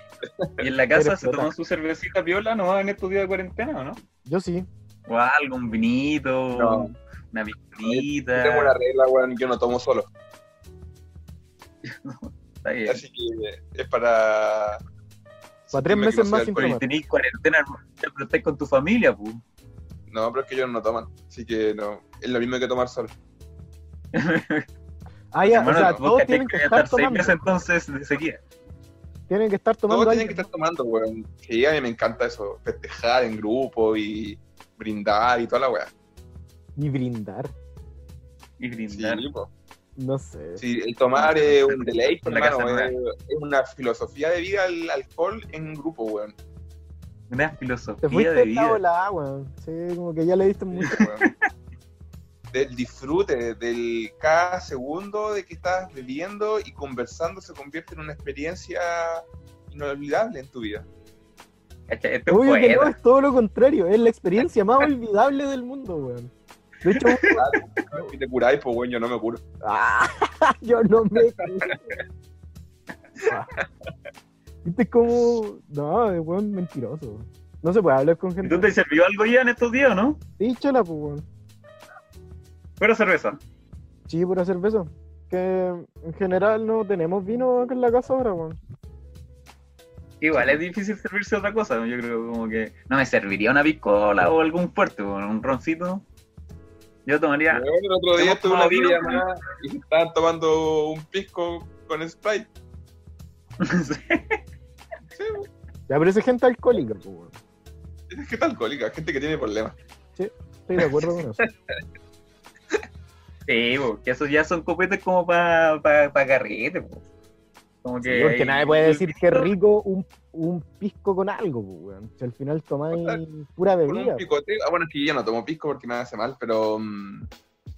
Speaker 1: ¿y en la casa
Speaker 2: Pero
Speaker 1: se toman su cervecita piola nomás en estos días de cuarentena o no?
Speaker 2: Yo sí.
Speaker 1: O algo, un vinito,
Speaker 3: No.
Speaker 1: una
Speaker 3: Yo tengo una
Speaker 1: pistita.
Speaker 3: regla, weón. Yo no tomo solo.
Speaker 1: Está bien.
Speaker 3: Así que es para.
Speaker 2: Para tres
Speaker 3: sentirme que
Speaker 2: meses
Speaker 3: no
Speaker 2: más
Speaker 3: soy
Speaker 1: Oye,
Speaker 2: sin tomar.
Speaker 3: alcohólico.
Speaker 1: tenéis cuarentena, hermano, pero estáis con tu familia, pues. pu.
Speaker 3: No, pero es que ellos no toman. Así que no. Es lo mismo que tomar solo.
Speaker 2: Ah, ya, o
Speaker 1: Hermano,
Speaker 2: sea,
Speaker 1: vos
Speaker 2: todos
Speaker 1: cachai
Speaker 2: tienen que
Speaker 1: voy a
Speaker 2: estar
Speaker 1: seis
Speaker 2: tomando.
Speaker 1: meses entonces de sequía.
Speaker 2: Tienen que estar tomando
Speaker 3: Todos tienen
Speaker 2: algo.
Speaker 3: que estar tomando, weón. Sí, a mí me encanta eso. Festejar en grupo y brindar y toda la weá.
Speaker 2: Y brindar.
Speaker 1: Y
Speaker 3: Sí,
Speaker 1: brindar.
Speaker 3: po.
Speaker 2: No sé.
Speaker 3: Sí, el tomar es un deleite,
Speaker 1: En la casa
Speaker 3: hermano,
Speaker 1: nueva.
Speaker 3: es, es una filosofía de vida el alcohol en grupo, weón.
Speaker 1: Una
Speaker 2: Te
Speaker 1: filosofía de
Speaker 2: fuiste la
Speaker 1: vida.
Speaker 2: ola, weón. Sí, como que ya le diste mucho.
Speaker 3: weón. del disfrute, del cada segundo de que estás viviendo y conversando se convierte en una experiencia inolvidable en tu vida.
Speaker 1: Cacha, Este es
Speaker 2: Obvio que no,
Speaker 1: poeta.
Speaker 2: es todo lo contrario, es la experiencia más olvidable del mundo, weón. De hecho,
Speaker 3: Si te curáis, pues bueno, yo no me curo.
Speaker 2: ¡Ah! yo no me. Ah. Este es como. No, es weón mentiroso. No se puede hablar con
Speaker 1: ¿Y
Speaker 2: gente.
Speaker 1: tú te sirvió algo ya en estos días, no?
Speaker 2: Sí, chala, pues, weón.
Speaker 1: Fuera cerveza.
Speaker 2: Sí, pura cerveza. Que en general no tenemos vino acá en la casa ahora, weón.
Speaker 1: Igual es difícil servirse otra cosa. ¿no? Yo creo como que no me serviría una piscola o algún fuerte, o un roncito. Yo tomaría.
Speaker 3: Bueno, el otro día
Speaker 1: Hemos
Speaker 3: tuve una
Speaker 1: tomado vino,
Speaker 3: llamada y estaban tomando un pisco con Sprite. Sí, pues,
Speaker 2: Ya, pero esa gente alcohólica, pues, weón.
Speaker 3: es gente alcohólica, gente que tiene problemas.
Speaker 2: Estoy de acuerdo con eso.
Speaker 1: sí, bo, que esos ya son copetes como para pa, pa carrete. bo. Como que.
Speaker 2: Sí, porque
Speaker 1: ahí-
Speaker 2: nadie puede decir que rico un, un pisco con algo, pues, weón. Si al final tomáis pura
Speaker 3: Con un
Speaker 2: bebida.
Speaker 3: picoteo. Ah, bueno, es que yo ya no tomo pisco porque me hace mal, pero mm,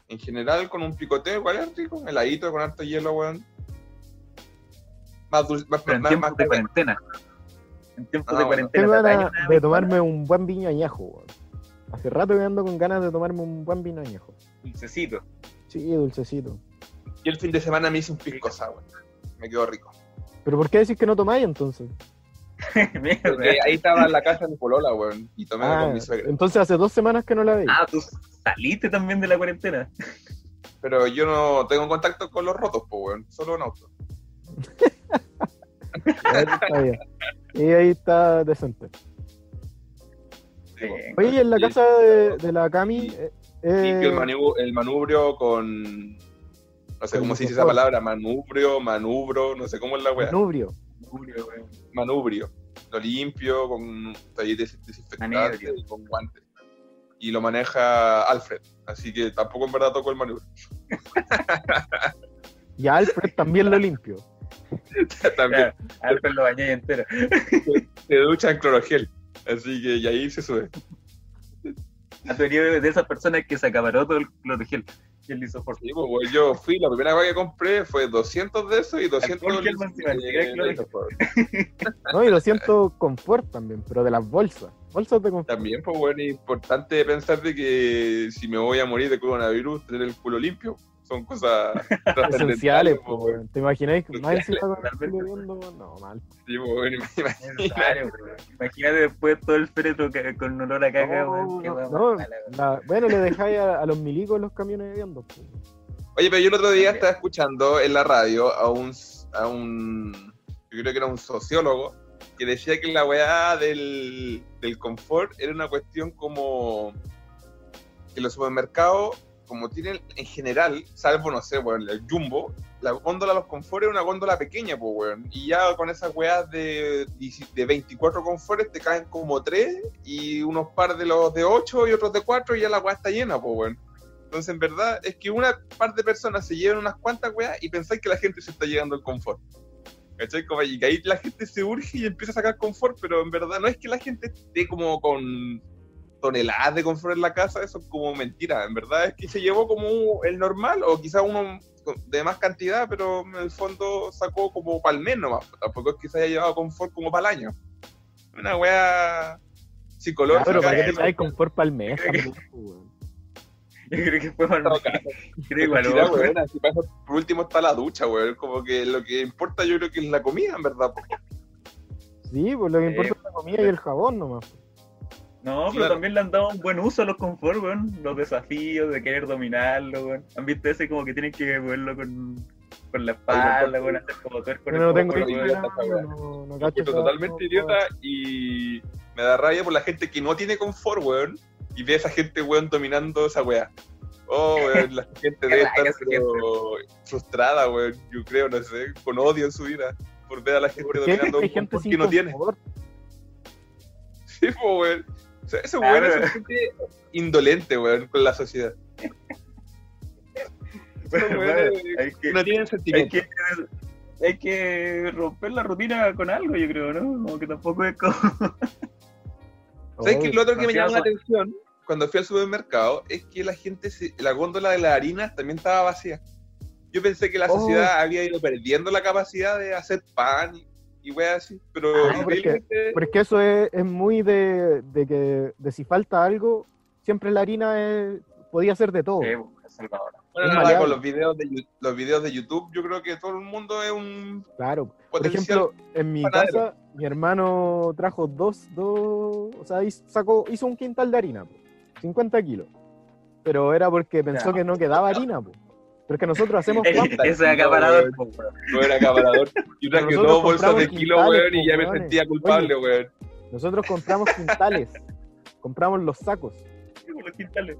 Speaker 3: en general con un picoteo, ¿cuál es rico? Heladito con harto hielo, weón. Más dulce, más,
Speaker 1: Pero en
Speaker 3: más, más
Speaker 1: tiempos de cuarentena. En tiempos
Speaker 3: Ah,
Speaker 1: de
Speaker 3: bueno.
Speaker 1: cuarentena.
Speaker 2: Tengo
Speaker 1: te apañas
Speaker 2: ganas
Speaker 1: una
Speaker 2: de
Speaker 1: piscola.
Speaker 2: tomarme un buen vino añejo, weón. Hace rato que ando con ganas de tomarme un buen vino añejo.
Speaker 1: Dulcecito.
Speaker 2: Sí, dulcecito.
Speaker 3: Y el fin de semana me hice un pisco sour. Me quedó rico.
Speaker 2: ¿Pero por qué decís que no tomáis entonces?
Speaker 1: Mierda.
Speaker 3: Porque ahí estaba en la casa de mi polola, weón. Y tomé
Speaker 2: Ah,
Speaker 3: con mi suegra.
Speaker 2: entonces hace dos semanas que no la veis.
Speaker 1: Ah, tú saliste también de la cuarentena.
Speaker 3: Pero yo no tengo contacto con los rotos, pues, weón. Solo en auto.
Speaker 2: Ahí está bien. Y ahí está decente.
Speaker 3: Digo,
Speaker 1: Bien.
Speaker 2: Oye, ¿y en la
Speaker 3: y-
Speaker 2: casa de, de la Cami.
Speaker 3: y-
Speaker 2: eh,
Speaker 3: limpio el,
Speaker 2: eh,
Speaker 3: manu- el manubrio con. No sé
Speaker 2: Con
Speaker 3: cómo se dice esa
Speaker 2: ojos.
Speaker 3: palabra. Manubrio, manubro, no sé cómo es la weá.
Speaker 2: manubrio.
Speaker 1: Julio, weón.
Speaker 3: manubrio. Lo limpio con ahí des- desinfectante
Speaker 1: Manubrio.
Speaker 3: y con guantes. Y lo maneja Alfred. Así que tampoco en verdad toco el manubrio.
Speaker 2: Y a Alfred también lo limpio.
Speaker 3: También
Speaker 1: Claro, Alfred lo bañé entero.
Speaker 3: se ducha en clorogel. Así que y ahí se sube.
Speaker 1: La teoría de de esas personas que se acaparó todo el clorogel. Y él hizo por
Speaker 3: Sí, pues, güey, yo fui, la primera vez que compré fue 200 de eso y 200
Speaker 1: Alcohol,
Speaker 3: de pues.
Speaker 1: gel, encima, ni siquiera clorogel.
Speaker 2: No, y lo siento confort también, pero de las bolsas. Bolsas de confort.
Speaker 3: También, pues bueno, es importante pensar de que si me voy a morir de coronavirus, tener el culo limpio. Son cosas
Speaker 2: Esenciales,
Speaker 3: trascendentales,
Speaker 2: po,
Speaker 3: pues, güey.
Speaker 2: weón. ¿Te imagináis que más encima con el
Speaker 1: totalmente.
Speaker 2: culo viendo, weón? No, mal.
Speaker 3: Sí, pues, güey, imagínate.
Speaker 1: necesario, weón. Imagínate después todo el féretro ca- con olor a caca,
Speaker 2: No,
Speaker 1: weón. Qué
Speaker 2: no,
Speaker 1: weón
Speaker 2: no.
Speaker 1: mala, weón.
Speaker 2: La- bueno, le dejáis a, a los milicos los camiones viendo.
Speaker 3: Oye, pero yo el otro día
Speaker 1: También.
Speaker 3: estaba escuchando en la radio a un, a un, yo creo que era un sociólogo, que decía que la weá del, del confort era una cuestión como que los supermercados, como tienen en general, salvo, no sé, weón, el jumbo, la góndola de los confort es una góndola pequeña, pues, weón. Y ya con esas weas de, 10 de 24 confortes te caen como 3 y unos par de los de 8 y otros de 4 y ya la weá está llena, pues, weón. Entonces, en verdad, es que una par de personas se llevan unas cuantas weas y pensáis que la gente se está llegando al confort. ¿Cachai? Como y que ahí la gente se urge y empieza a sacar confort, pero en verdad no es que la gente esté como con toneladas de confort en la casa, eso es como mentira. En verdad es que se llevó como un- el normal o quizá uno con- de más cantidad, pero en el fondo sacó como para el menos. más. Tampoco es que se haya llevado confort como para el año. Una wea
Speaker 2: Claro,
Speaker 3: psicológica. eh,
Speaker 2: pero ¿para qué te
Speaker 3: que-
Speaker 2: traes confort para el mes?
Speaker 1: Creo que-
Speaker 2: también, po, weón?
Speaker 1: Yo creo que fue mal. Creo igual,
Speaker 3: Mira,
Speaker 1: weón.
Speaker 3: weón, así pasa. Por último está la ducha, weón. Como que lo que importa yo creo que es la comida, en verdad. po.
Speaker 2: Sí, pues lo que
Speaker 1: Eh,
Speaker 2: importa es la comida y el jabón nomás. po.
Speaker 1: No, pero
Speaker 3: Claro.
Speaker 1: también le han dado un buen uso a los confort, weón. Los desafíos de querer dominarlo, weón. ¿Han visto ese como que tienen que moverlo con, con la espalda, weón? Hacer como tuerco con
Speaker 2: Yo no
Speaker 1: el
Speaker 2: tengo
Speaker 1: coco,
Speaker 3: bueno,
Speaker 2: idea,
Speaker 3: idiota,
Speaker 2: no,
Speaker 3: weón.
Speaker 2: no, no
Speaker 3: Lo
Speaker 2: cacho
Speaker 3: encuentro
Speaker 2: esa-
Speaker 3: totalmente
Speaker 2: no,
Speaker 3: idiota y me da rabia por la gente que no tiene confort, weón. Y ve a esa gente, weón, dominando esa weá. Oh, weón, la gente debe
Speaker 1: Qué rabia
Speaker 3: estar
Speaker 1: esa
Speaker 3: pero, frustrada, weón. Yo creo, no sé, con odio en su vida. Por ver a la gente
Speaker 2: ¿Por qué
Speaker 3: dominando
Speaker 2: hay
Speaker 3: un
Speaker 2: gente
Speaker 3: confort
Speaker 2: sin
Speaker 3: que no tiene.
Speaker 2: confort?
Speaker 3: Sí, po, weón. O sea, Ese
Speaker 1: Claro.
Speaker 3: weón es gente indolente, weón, con la sociedad.
Speaker 1: Bueno,
Speaker 3: Weón,
Speaker 1: bueno,
Speaker 3: eh,
Speaker 1: hay que-
Speaker 3: No tienen
Speaker 1: hay
Speaker 3: sentimiento.
Speaker 1: que, hay que romper la rutina con algo, yo creo, ¿no? Como que tampoco es como...
Speaker 3: ¿Sabes que lo otro que me llamó
Speaker 1: demasiado
Speaker 3: la atención cuando fui al supermercado es que la gente, se- la góndola de las harinas también estaba vacía? Yo pensé que la
Speaker 2: Oh.
Speaker 3: sociedad había ido perdiendo la capacidad de hacer pan y, y y weas así, pero
Speaker 2: Ah, no, pero es que-
Speaker 3: increíblemente-
Speaker 2: Porque eso es, es muy de, de que de si falta algo, siempre la harina es- podía ser de todo.
Speaker 1: Sí, pues, es salvadora.
Speaker 3: Bueno,
Speaker 2: es
Speaker 3: nada,
Speaker 2: maleable.
Speaker 3: con los videos, de, Yu- los videos de YouTube, yo creo que todo el mundo es un
Speaker 2: Claro. Por
Speaker 3: potencial.
Speaker 2: ejemplo, en mi
Speaker 3: panadero.
Speaker 2: casa, mi hermano trajo dos, dos, o sea, hizo, sacó, hizo un quintal de harina, po, 50 kilos. Pero era porque pensó
Speaker 1: Ya.
Speaker 2: que no quedaba harina, po. Pero es que nosotros hacemos
Speaker 3: Eh,
Speaker 2: pan,
Speaker 1: Ese es acaparador. pues, weón.
Speaker 3: no era acaparador. Yo traje
Speaker 2: Nosotros
Speaker 3: dos bolsas
Speaker 2: compramos
Speaker 3: de kilo,
Speaker 2: quintales,
Speaker 3: weón, y ya me
Speaker 2: weones.
Speaker 3: sentía culpable, weón.
Speaker 2: nosotros compramos quintales, compramos los sacos.
Speaker 1: Sí, pues, los quintales.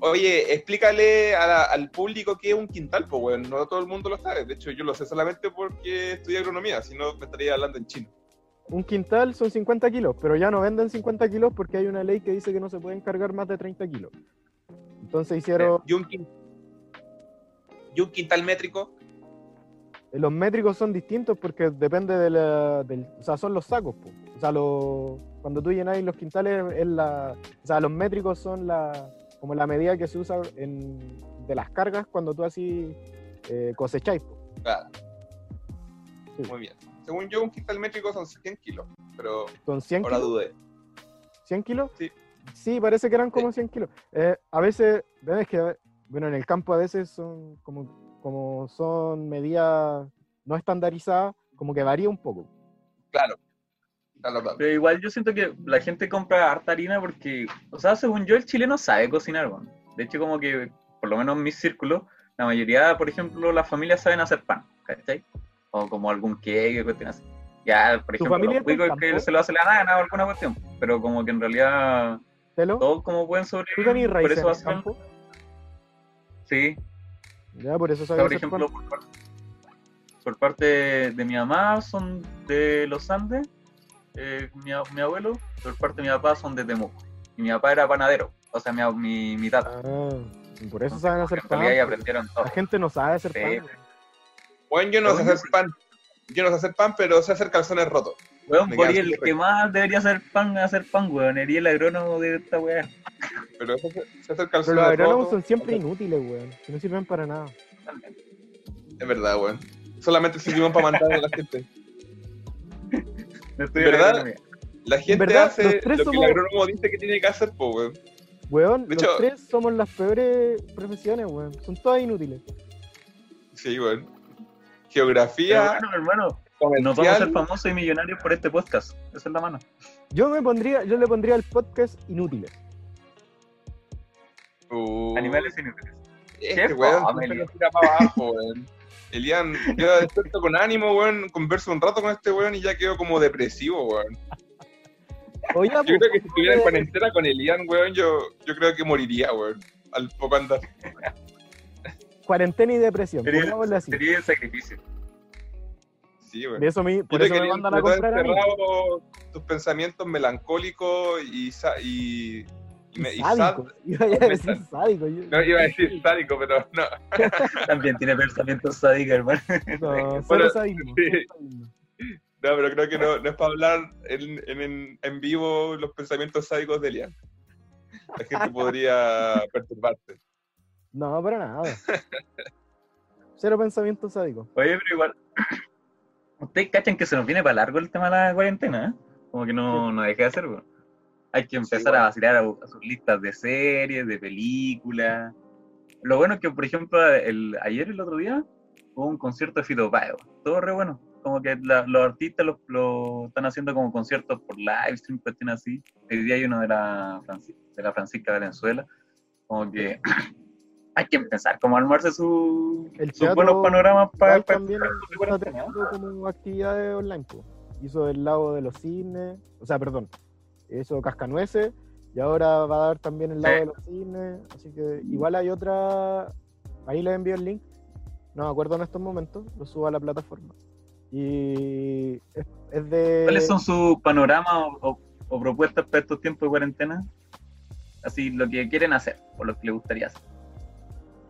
Speaker 3: Oye, explícale a la- al público qué es un quintal, pues, weón. No todo el mundo lo sabe. De hecho, yo lo sé solamente porque estudié agronomía, si no me estaría hablando en chino.
Speaker 2: Un quintal son 50 kilos, pero ya no venden 50 kilos porque hay una ley que dice que no se pueden cargar más de 30 kilos. Entonces hicieron,
Speaker 3: Y un quintal, y un quintal métrico,
Speaker 2: los métricos son distintos porque depende de la, del, o sea, son los sacos, po. o sea, los- cuando tú llenas los quintales, es la, o sea, los métricos son la, como la medida que se usa en, de las cargas cuando tú así eh, cosecháis. po.
Speaker 3: claro.
Speaker 2: Sí.
Speaker 3: Muy bien. Según yo, un quintal métrico son 100 kilos, pero
Speaker 2: Son 100
Speaker 3: ahora
Speaker 2: kilos.
Speaker 3: dudé.
Speaker 2: 100 kilos.
Speaker 3: Sí.
Speaker 2: Sí, parece que eran como 100 kilos. Eh, a veces, ven, es que, bueno, en el campo a veces son como, como son medidas no estandarizadas, como que varía un poco.
Speaker 3: Claro. Claro, claro.
Speaker 1: Pero igual yo siento que la gente compra harta harina porque, o sea, según yo, el chileno sabe cocinar, weón. De hecho, como que, por lo menos en mis círculos, la mayoría, por ejemplo, las familias saben hacer pan, ¿cachai? O como algún cake o cuestiones así. Ya, por
Speaker 2: ¿Tu
Speaker 1: ejemplo, los
Speaker 2: familia es del
Speaker 1: cuicos que
Speaker 2: campo?
Speaker 1: se lo hace la nana o alguna cuestión. Pero como que en realidad
Speaker 2: ¿Telo?
Speaker 1: todos como pueden
Speaker 2: ¿Tú tenés
Speaker 1: sobrevivir. Por
Speaker 2: raíces
Speaker 1: eso
Speaker 2: en el
Speaker 1: hacen...
Speaker 2: campo?
Speaker 1: Sí,
Speaker 2: Ya, por eso
Speaker 1: O sea,
Speaker 2: sabes
Speaker 1: por ejemplo, por parte, por parte de mi mamá son de los Andes, eh, mi, a- mi abuelo, por parte de mi papá son de Temuco. Y mi papá era panadero, o sea, mi, ab- mi, mi tata.
Speaker 3: Ah,
Speaker 2: por eso saben hacer
Speaker 1: En
Speaker 2: pan.
Speaker 1: realidad ahí aprendieron todo.
Speaker 2: La gente no sabe hacer
Speaker 1: Sí.
Speaker 3: pues,
Speaker 2: pan.
Speaker 3: Bueno, yo no sé
Speaker 1: Según yo,
Speaker 3: hacer pan. Yo no sé hacer pan, pero sé hacer calzones rotos.
Speaker 1: Weón,
Speaker 3: Me
Speaker 1: por ahí
Speaker 3: queda
Speaker 1: el
Speaker 3: súper
Speaker 1: que más debería hacer pan, hacer pan, weón. Sería el agrónomo de esta weá.
Speaker 3: Pero sé sé hacer
Speaker 2: Pero los
Speaker 3: calzones
Speaker 2: agrónomos
Speaker 3: rotos.
Speaker 2: son siempre inútiles, weón. que No sirven para nada.
Speaker 3: Es verdad, weón. Solamente sirvieron para mandar a la gente.
Speaker 1: No estudié la
Speaker 3: ¿Verdad?
Speaker 1: agronomía.
Speaker 3: La gente
Speaker 2: verdad, los
Speaker 3: hace
Speaker 2: tres
Speaker 3: lo que el
Speaker 2: somos-
Speaker 3: agrónomo dice que tiene que hacer, pues, weón.
Speaker 2: Weón,
Speaker 3: De
Speaker 2: los
Speaker 3: hecho-
Speaker 2: tres somos las peores profesiones, weón. Son todas inútiles.
Speaker 3: Sí, weón.
Speaker 1: Pero
Speaker 3: Geografía,
Speaker 1: bueno, hermano, nos vamos a
Speaker 3: comercial.
Speaker 1: ser famosos y millonarios por este podcast. Esa es la mano.
Speaker 2: Yo me pondría, yo le pondría al podcast inútiles.
Speaker 3: Uh,
Speaker 1: Animales oh, inútiles.
Speaker 3: Este,
Speaker 1: Qué
Speaker 3: weón,
Speaker 1: fome,
Speaker 3: siempre
Speaker 1: Elian.
Speaker 3: nos tira para abajo, weón. Elian, yo despierto con ánimo, weón. Converso un rato con este weón y ya quedo como depresivo, weón.
Speaker 2: Oye,
Speaker 3: Yo creo que si estuviera en
Speaker 2: pues.
Speaker 3: cuarentena con Elian, weón, yo, yo creo que moriría, weón. Al poco andar.
Speaker 2: cuarentena y depresión.
Speaker 1: Sería-
Speaker 2: pongámosle así.
Speaker 1: Sería el sacrificio.
Speaker 3: Sí, weón.
Speaker 2: De eso me, por
Speaker 3: Yo
Speaker 2: eso
Speaker 3: te
Speaker 2: me
Speaker 3: quería
Speaker 2: mandan a
Speaker 3: encontrar
Speaker 2: comprar a mí.
Speaker 3: encerrado tus pensamientos melancólicos y, sa- y, y, me- y
Speaker 2: Sádico.
Speaker 3: sad-
Speaker 2: Iba a decir sádico. yo-
Speaker 3: No iba a decir sádico, pero no.
Speaker 1: También tiene pensamientos sádicos, hermano.
Speaker 2: No, cero
Speaker 3: Bueno,
Speaker 2: sadismo,
Speaker 3: sí.
Speaker 2: cero sadismo.
Speaker 3: No, pero creo que no, no es para hablar en, en- en, en vivo los pensamientos sádicos de Elian. La gente podría perturbarse.
Speaker 2: No, para nada. Cero pensamiento sádico.
Speaker 1: Oye, pero igual. Ustedes cachan que se nos viene para largo el tema de la cuarentena, ¿eh? Como que no, no deje de hacer, weón. Hay que empezar
Speaker 3: igual.
Speaker 1: a vacilar a, bu- a sus listas de series, de películas. Lo bueno es que, por ejemplo, el, ayer, el otro día, hubo un concierto de Fito Páez, weón. Todo re bueno. Como que la- los artistas los- lo están haciendo como conciertos por live stream, cuestiones así. Hoy día hay uno de la, Franci- de la Francisca Valenzuela. Como que hay que empezar como a armarse su,
Speaker 2: El
Speaker 1: sus
Speaker 2: teatro
Speaker 1: buenos panoramas para...
Speaker 2: Igual también está teniendo como actividades online. po. Hizo el lago de los cisnes, o sea, perdón, hizo cascanueces y ahora va a dar también el lago
Speaker 1: Sí.
Speaker 2: de los cisnes. Así que igual hay otra. Ahí les envío el link. No me acuerdo en estos momentos, lo subo a la plataforma. Y es, es de.
Speaker 1: ¿Cuáles son sus panoramas o, o- o propuestas para estos tiempos de cuarentena? Así, lo que quieren hacer o lo que les gustaría hacer.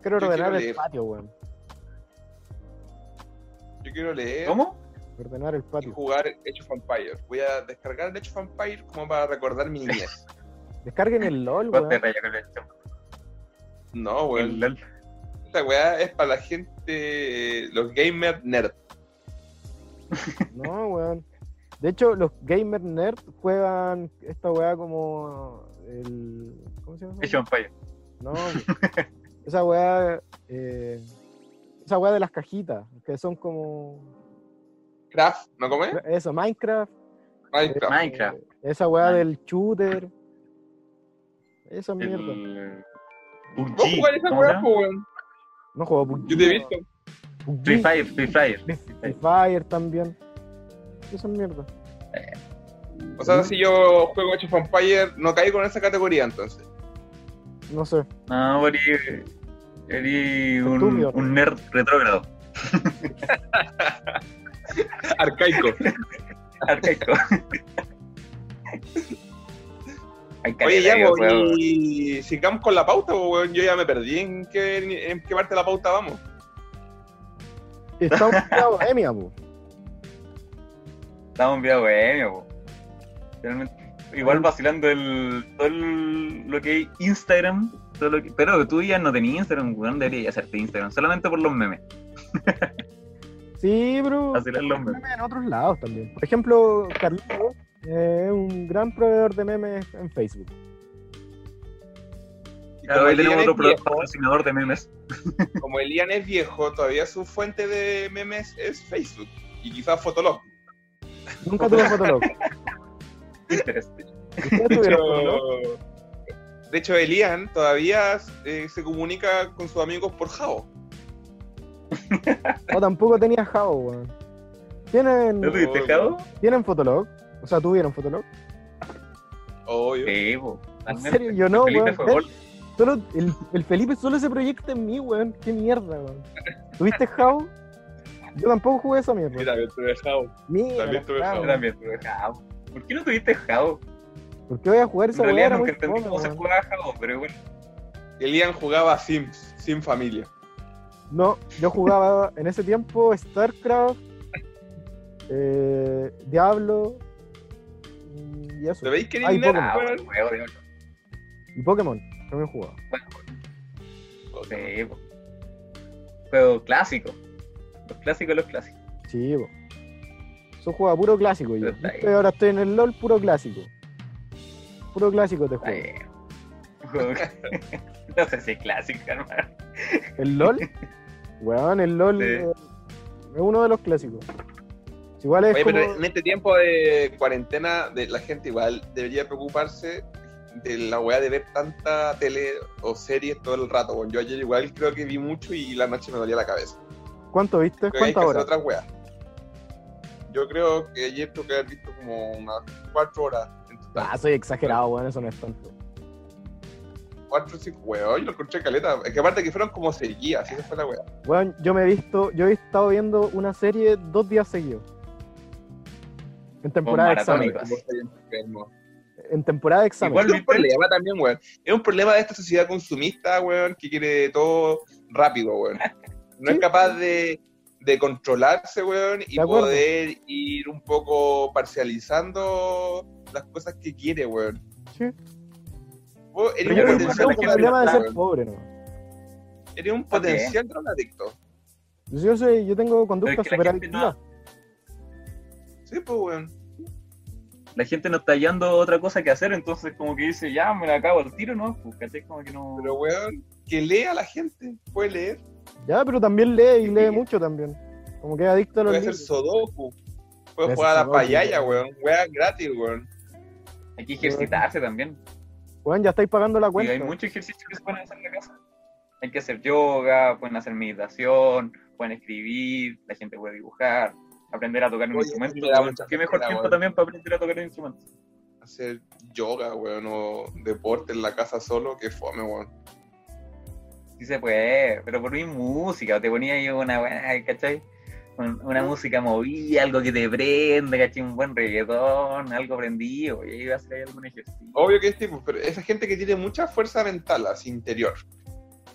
Speaker 2: Quiero
Speaker 3: Yo
Speaker 2: ordenar
Speaker 3: quiero
Speaker 2: el
Speaker 3: leer.
Speaker 2: patio, weón.
Speaker 3: Yo quiero leer
Speaker 1: ¿Cómo?
Speaker 2: Ordenar el
Speaker 3: y
Speaker 2: patio.
Speaker 3: jugar Age of Empires. Voy a descargar el Age of Empires como para recordar mi niñez.
Speaker 2: Descarguen el LOL,
Speaker 1: Vos te
Speaker 2: weón.
Speaker 1: rayas con el tema.
Speaker 3: No,
Speaker 1: El
Speaker 3: weón.
Speaker 1: LOL.
Speaker 3: Esta weá es para la gente, eh, los gamers nerd.
Speaker 2: No, weón. De hecho, los gamer nerd juegan esta weá como el. ¿Cómo se llama?
Speaker 1: Age of Empires.
Speaker 2: No, weón. esa weá. eh, esa weá de las cajitas, que son como.
Speaker 3: Craft, ¿no come?
Speaker 2: Eso, Minecraft. Eh,
Speaker 3: Minecraft.
Speaker 1: Minecraft.
Speaker 2: Esa weá del shooter. Esa mierda.
Speaker 1: El...
Speaker 3: ¿Vos jugás esa
Speaker 1: ¿cómo
Speaker 3: weá,
Speaker 1: era?
Speaker 3: po, weón?
Speaker 2: No juego PUBG.
Speaker 3: Yo te he visto.
Speaker 2: PUBG,
Speaker 1: Free Fire, Free Fire.
Speaker 2: Free Fire también. Esa mierda.
Speaker 3: O sea, si yo juego Age of Empires, no caigo en esa categoría entonces.
Speaker 2: No sé.
Speaker 1: No, Bori. Eres un,
Speaker 2: Estúpido.
Speaker 1: un nerd retrógrado.
Speaker 3: Arcaico.
Speaker 1: Arcaico. Hay
Speaker 3: Oye,
Speaker 1: caleta
Speaker 3: ya,
Speaker 1: de
Speaker 3: po,
Speaker 1: videojuegos.
Speaker 3: y sigamos con la pauta, po, weón. Yo ya me perdí en qué, en qué parte de la pauta vamos.
Speaker 2: Estamos en la bohemia, po.
Speaker 1: Estaba un video bohemio, po. Realmente,
Speaker 2: Mm.
Speaker 1: Igual vacilando el, todo el- lo que es Instagram. Todo lo que, pero tú ya no tenías Instagram, weón. Deberías hacerte Instagram. Solamente por los memes.
Speaker 2: Sí, bro.
Speaker 1: Vacilar los memes.
Speaker 2: en otros lados también. Por ejemplo, Carlito eh, es un gran proveedor de memes en Facebook. Ah,
Speaker 3: Y
Speaker 1: Claro,
Speaker 3: como
Speaker 1: ahí
Speaker 3: el
Speaker 1: tenemos
Speaker 3: Ian
Speaker 1: otro
Speaker 3: es viejo,
Speaker 1: patrocinador de memes.
Speaker 3: como el Ian es viejo, todavía su fuente de memes es Facebook. Y quizás Fotolog.
Speaker 2: Nunca tuve Fotolog.
Speaker 1: Pinterest.
Speaker 2: ¿Ustedes
Speaker 3: De
Speaker 2: tuvieron Fotolog?
Speaker 3: hecho, de hecho, el Ian todavía eh, se comunica con sus amigos por Jao.
Speaker 2: No, tampoco tenía Jao, weón. ¿Tienen,
Speaker 1: ¿No tuviste Jao?
Speaker 2: ¿Tienen Fotolog? O sea, ¿tuvieron Fotolog?
Speaker 3: Obvio.
Speaker 1: Sí, po.
Speaker 2: ¿En serio? Yo no,
Speaker 1: Felipe
Speaker 2: weón.
Speaker 1: fue
Speaker 2: ¿Ves?
Speaker 1: gol.
Speaker 2: Solo, el, el Felipe solo se proyecta en mí, weón. Qué mierda, weón. ¿Tuviste Jao? Yo tampoco jugué esa mierda.
Speaker 3: Mira, yo tuve Jao.
Speaker 2: Mira,
Speaker 3: también tuve
Speaker 2: claro.
Speaker 3: Jao.
Speaker 1: Yo también tuve Jao. ¿Por qué no tuviste Jao?
Speaker 2: ¿Por qué voy a jugar
Speaker 1: En
Speaker 2: esa weá?
Speaker 1: realidad
Speaker 2: Era
Speaker 1: nunca
Speaker 2: muy
Speaker 1: entendí
Speaker 2: fome,
Speaker 1: cómo se
Speaker 2: weón.
Speaker 1: jugaba Jao, pero bueno.
Speaker 3: El Ian jugaba a Sims, sin familia.
Speaker 2: No, yo jugaba en ese tiempo StarCraft, eh, Diablo y eso.
Speaker 3: ¿Te veis que
Speaker 2: Ay,
Speaker 3: ni nada,
Speaker 1: Jao,
Speaker 3: weón?
Speaker 1: juego de otro.
Speaker 2: Y Pokémon, también jugaba.
Speaker 1: Sí, po. Juego clásico. Los clásicos, los clásicos.
Speaker 2: Sí, po. Yo jugaba puro clásico yo.
Speaker 1: Está bien.
Speaker 2: Yo ahora estoy en el LOL puro clásico. Puro clásico te
Speaker 1: Está
Speaker 2: juego.
Speaker 1: bien. Juego- Este, no sé si es clásico, hermano.
Speaker 2: ¿El LOL? Weón, el LOL
Speaker 1: Sí.
Speaker 2: eh, es uno de los clásicos. Igual es
Speaker 3: Oye,
Speaker 2: como...
Speaker 3: pero en este tiempo de cuarentena, de, la gente igual debería preocuparse de la weá de ver tanta tele o series todo el rato. weón. yo ayer igual creo que vi mucho y la noche me dolía la cabeza.
Speaker 2: ¿Cuánto viste?
Speaker 3: Creo que hay que
Speaker 2: ¿Cuántas
Speaker 3: hacer
Speaker 2: horas?
Speaker 3: otras weas. Yo creo que ayer tuve que haber visto como unas cuatro horas en total.
Speaker 2: Ah, soy exagerado, weón, eso no es tanto.
Speaker 3: Cuatro o cinco weón, yo lo encontré caleta. Es que aparte que fueron como seguidas, esa fue la weá.
Speaker 2: Weón, yo me he visto, yo he estado viendo una serie dos días seguidos. En temporada de examen.
Speaker 1: maratónico.
Speaker 2: En temporada de examen.
Speaker 1: Igual-
Speaker 3: Es un problema también, weón. Es un problema de esta sociedad consumista, weón, que quiere todo rápido, weón. No es
Speaker 2: Sí.
Speaker 3: capaz de, de controlarse, weón, y
Speaker 2: De acuerdo.
Speaker 3: poder ir un poco parcializando las cosas que quiere, weón.
Speaker 2: Sí.
Speaker 3: Vos
Speaker 2: Pero
Speaker 3: eres
Speaker 2: yo
Speaker 1: Pero
Speaker 2: creo
Speaker 3: un
Speaker 2: que es
Speaker 1: mucha
Speaker 3: potencial,
Speaker 2: un
Speaker 1: gente
Speaker 2: problema de
Speaker 3: drogadicto,
Speaker 2: ser
Speaker 3: weón.
Speaker 2: pobre, ¿no?
Speaker 3: Eres un
Speaker 1: Está bien.
Speaker 3: potencial drogadicto.
Speaker 2: Yo, soy, yo tengo conducta
Speaker 1: Pero es que la
Speaker 2: superadictiva.
Speaker 3: Sí, pues, weón.
Speaker 1: La gente no está hallando otra cosa que hacer, entonces como que dice, ya, me la acabo al tiro, ¿no? Pues, ¿cachai? Como que no...
Speaker 3: Pero, weón, que lea la gente. Puede leer.
Speaker 2: Ya, pero también lee y
Speaker 1: Sí.
Speaker 2: lee mucho también. Como que es adicto a los
Speaker 3: Puede hacer
Speaker 2: libros.
Speaker 3: Sudoku. Puede
Speaker 2: Puede
Speaker 3: jugar a
Speaker 2: hacer
Speaker 3: la
Speaker 2: Sudoku,
Speaker 3: payaya,
Speaker 2: weón.
Speaker 3: weón. Weón gratis, weón.
Speaker 1: Hay que ejercitarse también.
Speaker 2: Weón, ya estáis pagando la
Speaker 1: Y
Speaker 2: cuenta.
Speaker 1: hay muchos ejercicios que se pueden hacer en la casa. Hay que hacer yoga, pueden hacer meditación, pueden escribir, la gente puede dibujar, aprender a tocar un
Speaker 3: Oye,
Speaker 1: instrumento.
Speaker 3: me da mucha
Speaker 1: Qué mejor
Speaker 3: pena,
Speaker 1: tiempo
Speaker 3: weón.
Speaker 1: también para aprender a tocar un instrumento.
Speaker 3: hacer yoga, weón, o deporte en la casa solo, que fome, weón.
Speaker 1: Sí se puede, pero por mi música, te ponía ahí una buena, ¿cachai? Un- Una música movida, algo que te prende, ¿cachai? Un buen reggaetón, algo prendido, y ahí vas a hacer ahí algún ejercicio.
Speaker 3: Obvio que es tipo, pero esa gente que tiene mucha fuerza mental, así interior.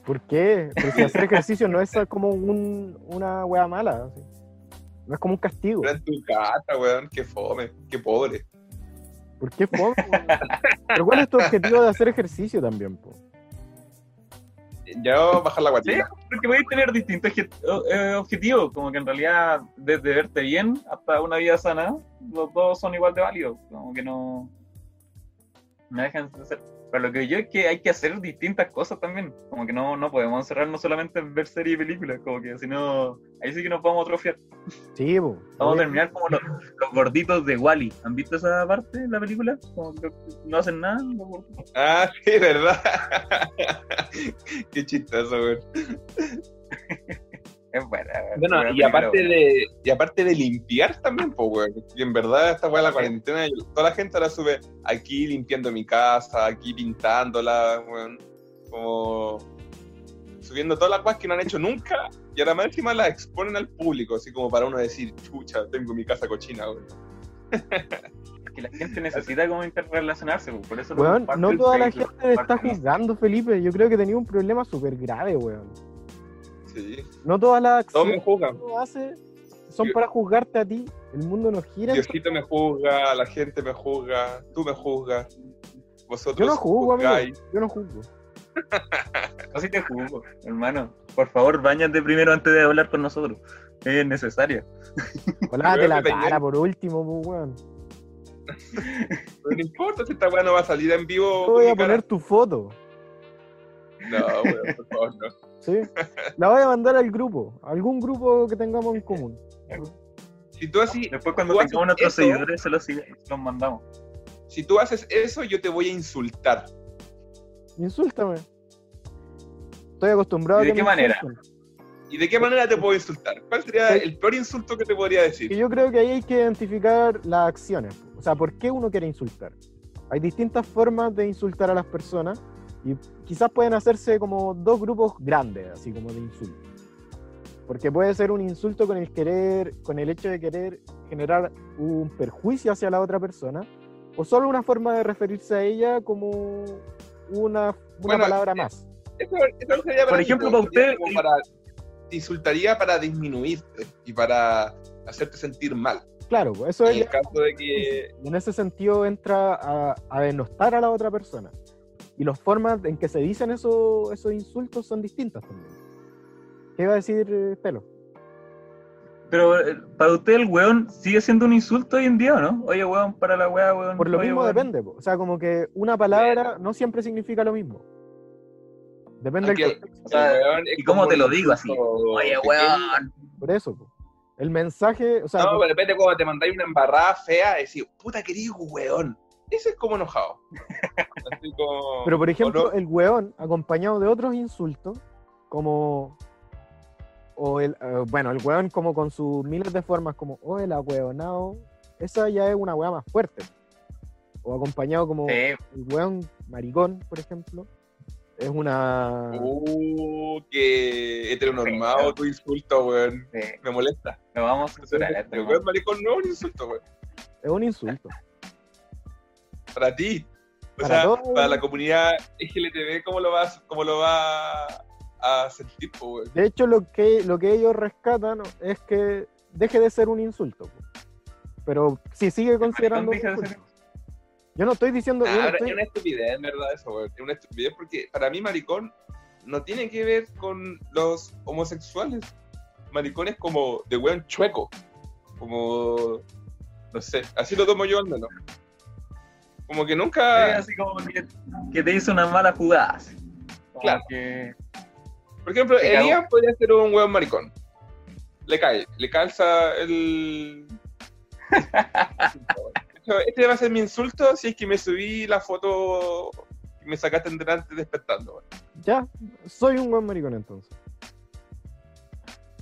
Speaker 2: ¿Por qué? Porque hacer ejercicio no es como un, una wea mala. así. No es como un castigo.
Speaker 3: Pero en tu casa, weón, que fome, que pobre.
Speaker 2: ¿Por qué fome, weón? Pero ¿cuál es tu objetivo de hacer ejercicio también, po?
Speaker 3: Eh, Ya voy a bajar la
Speaker 1: Sí,
Speaker 3: guatita.
Speaker 1: porque podéis tener distintos objet- o- eh, objetivos, como que en realidad desde verte bien hasta una vida sana, los dos son igual de válidos, como que no, no dejan de ser. Pero lo que yo es que hay que hacer distintas cosas también, como que no, no podemos encerrarnos solamente en ver series y películas, como que si no, ahí sí que nos vamos a atrofiar.
Speaker 2: Sí, po.
Speaker 1: Vamos a
Speaker 2: Oye,
Speaker 1: terminar como los, los gorditos de Wally. ¿Han visto esa parte de la película? Como que no hacen nada. los gorditos.
Speaker 3: Ah, sí, verdad. Qué chistoso, güey.
Speaker 1: Es buena. es
Speaker 3: Bueno,
Speaker 1: buena
Speaker 3: y aparte
Speaker 1: película,
Speaker 3: de, y aparte de limpiar también, pues, weón. Y en verdad, esta weá de la cuarentena, yo- toda la gente la sube aquí limpiando mi casa, aquí pintándola, weón. Como subiendo todas las weas que no han hecho nunca y ahora más encima las exponen al público, así como para uno decir, chucha, tengo mi casa cochina, weón.
Speaker 1: que la gente necesita como interrelacionarse, pues, por eso lo
Speaker 2: Weón,
Speaker 1: comparto
Speaker 2: no
Speaker 1: en
Speaker 2: toda la
Speaker 1: Facebook,
Speaker 2: gente te está
Speaker 1: comparto en
Speaker 2: juzgando, Felipe. Yo creo que tenía un problema súper grave, weón.
Speaker 3: Sí.
Speaker 2: No todas las
Speaker 3: Todos me
Speaker 2: acciones que
Speaker 3: juzgan.
Speaker 2: uno hace son
Speaker 3: Yo-
Speaker 2: para juzgarte a ti. El mundo no gira. en
Speaker 3: Diosito me juzga, la gente me juzga, tú me juzgas, vosotros
Speaker 2: Yo no juzgo, amigo.
Speaker 3: juzgáis.
Speaker 2: Yo no juzgo.
Speaker 1: No si te juzgo, hermano. Por favor, bañate primero antes de hablar con nosotros. Es necesario.
Speaker 2: Colate la
Speaker 3: Depende.
Speaker 2: cara por último, pues, weón.
Speaker 3: No importa si esta weá no va a salir en vivo.
Speaker 2: Yo voy
Speaker 3: con
Speaker 2: a
Speaker 3: mi cara.
Speaker 2: poner tu foto.
Speaker 3: No, weón, por favor, no.
Speaker 2: ¿sí? La voy a mandar al grupo. a Algún grupo que tengamos en común.
Speaker 3: Si tú, así,
Speaker 1: Después cuando
Speaker 3: Tú
Speaker 1: tengamos
Speaker 3: haces
Speaker 1: nuestros
Speaker 3: eso.
Speaker 1: seguidores se los, sig- se los mandamos.
Speaker 3: si tú haces eso, yo te voy a insultar.
Speaker 2: Insúltame. Estoy acostumbrado
Speaker 1: ¿Y de
Speaker 2: que
Speaker 1: qué
Speaker 2: me
Speaker 1: manera?
Speaker 2: insulten.
Speaker 3: ¿Y de qué manera te puedo insultar? ¿Cuál sería el peor insulto que te podría
Speaker 2: Que
Speaker 3: decir?
Speaker 2: yo creo que ahí hay que identificar las acciones. O sea, ¿por qué uno quiere insultar? Hay distintas formas de insultar a las personas y quizás pueden hacerse como dos grupos grandes, así como de insultos. Porque puede ser un insulto con el querer, con el hecho de querer generar un perjuicio hacia la otra persona, o solo una forma de referirse a ella como una, una
Speaker 3: Bueno,
Speaker 2: palabra
Speaker 3: eh,
Speaker 2: más.
Speaker 3: Eso- eso no sería
Speaker 1: Por
Speaker 3: para
Speaker 1: ejemplo,
Speaker 3: mí,
Speaker 1: para
Speaker 3: sería
Speaker 1: usted-
Speaker 3: como para- te insultaría para disminuirte y para hacerte sentir mal.
Speaker 2: Claro, pues, eso
Speaker 3: En
Speaker 2: es
Speaker 3: el caso de que.
Speaker 2: Y en ese sentido entra a, a denostar a la otra persona. Y las formas en que se dicen eso- esos insultos son distintas también. ¿Qué iba a decir eh, Pelo?
Speaker 1: Pero eh, para usted el weón sigue siendo un insulto hoy en día, ¿o ¿no? Oye, weón, para la weá, weón.
Speaker 2: Por lo
Speaker 1: oye,
Speaker 2: mismo
Speaker 1: weón.
Speaker 2: depende. po. O sea, como que una palabra no siempre significa lo mismo. Depende
Speaker 3: Aquí
Speaker 2: del
Speaker 3: el-
Speaker 2: contexto.
Speaker 1: O sea, ¿y cómo te lo digo así?
Speaker 3: Oye,
Speaker 1: Oye, weón.
Speaker 2: Por eso. po. El mensaje, o sea,
Speaker 3: No,
Speaker 2: como-
Speaker 3: de repente cuando te mandáis una embarrada fea, decís, puta querido, weón. Ese es como enojado. Así como-
Speaker 2: Pero por ejemplo,
Speaker 3: ¿o no?
Speaker 2: el hueón, acompañado de otros insultos, como. O el, eh, bueno, el hueón, como con sus miles de formas, como, oh, el ahueonao, esa ya es una hueá más fuerte. O acompañado como
Speaker 1: Sí,
Speaker 2: el hueón maricón, por ejemplo, es una.
Speaker 3: Uh, que heteronormado tu insulto, weón.
Speaker 1: sí.
Speaker 3: Me molesta.
Speaker 1: Lo vamos a censurar. este
Speaker 3: Pero,
Speaker 1: weón.
Speaker 3: weón, maricón, no es un insulto, weón.
Speaker 2: Es un insulto.
Speaker 3: Para ti. O
Speaker 2: Para
Speaker 3: sea,
Speaker 2: todos.
Speaker 3: para la comunidad LGTB, ¿cómo lo vas, cómo lo va a sentir, po, weón?
Speaker 2: De hecho, lo que, lo que ellos rescatan es que deje de ser un insulto. po. Pero si sigue considerando. un
Speaker 1: Maricón, deja de
Speaker 2: insulto.
Speaker 1: ser-
Speaker 2: Yo no estoy diciendo. yo no
Speaker 3: Ah, ahora,
Speaker 2: estoy-
Speaker 3: Es una estupidez, en verdad, eso, weón. Es una estupidez porque para mí maricón no tiene que ver con los homosexuales. Maricón es como de weón chueco. Como... No sé, así lo tomo yo, al menos. Como que
Speaker 1: Sí,
Speaker 3: nunca...
Speaker 1: así como que, que te hizo una mala jugada. así. Como
Speaker 3: Claro.
Speaker 1: que-
Speaker 3: Por ejemplo,
Speaker 1: Se cagó.
Speaker 3: Elías podría ser un hueón maricón. Le cae, le calza el. Eso- este va a ser mi insulto si es que me subí la foto que me sacaste en delante despertando. weón.
Speaker 2: Ya, soy un buen maricón entonces.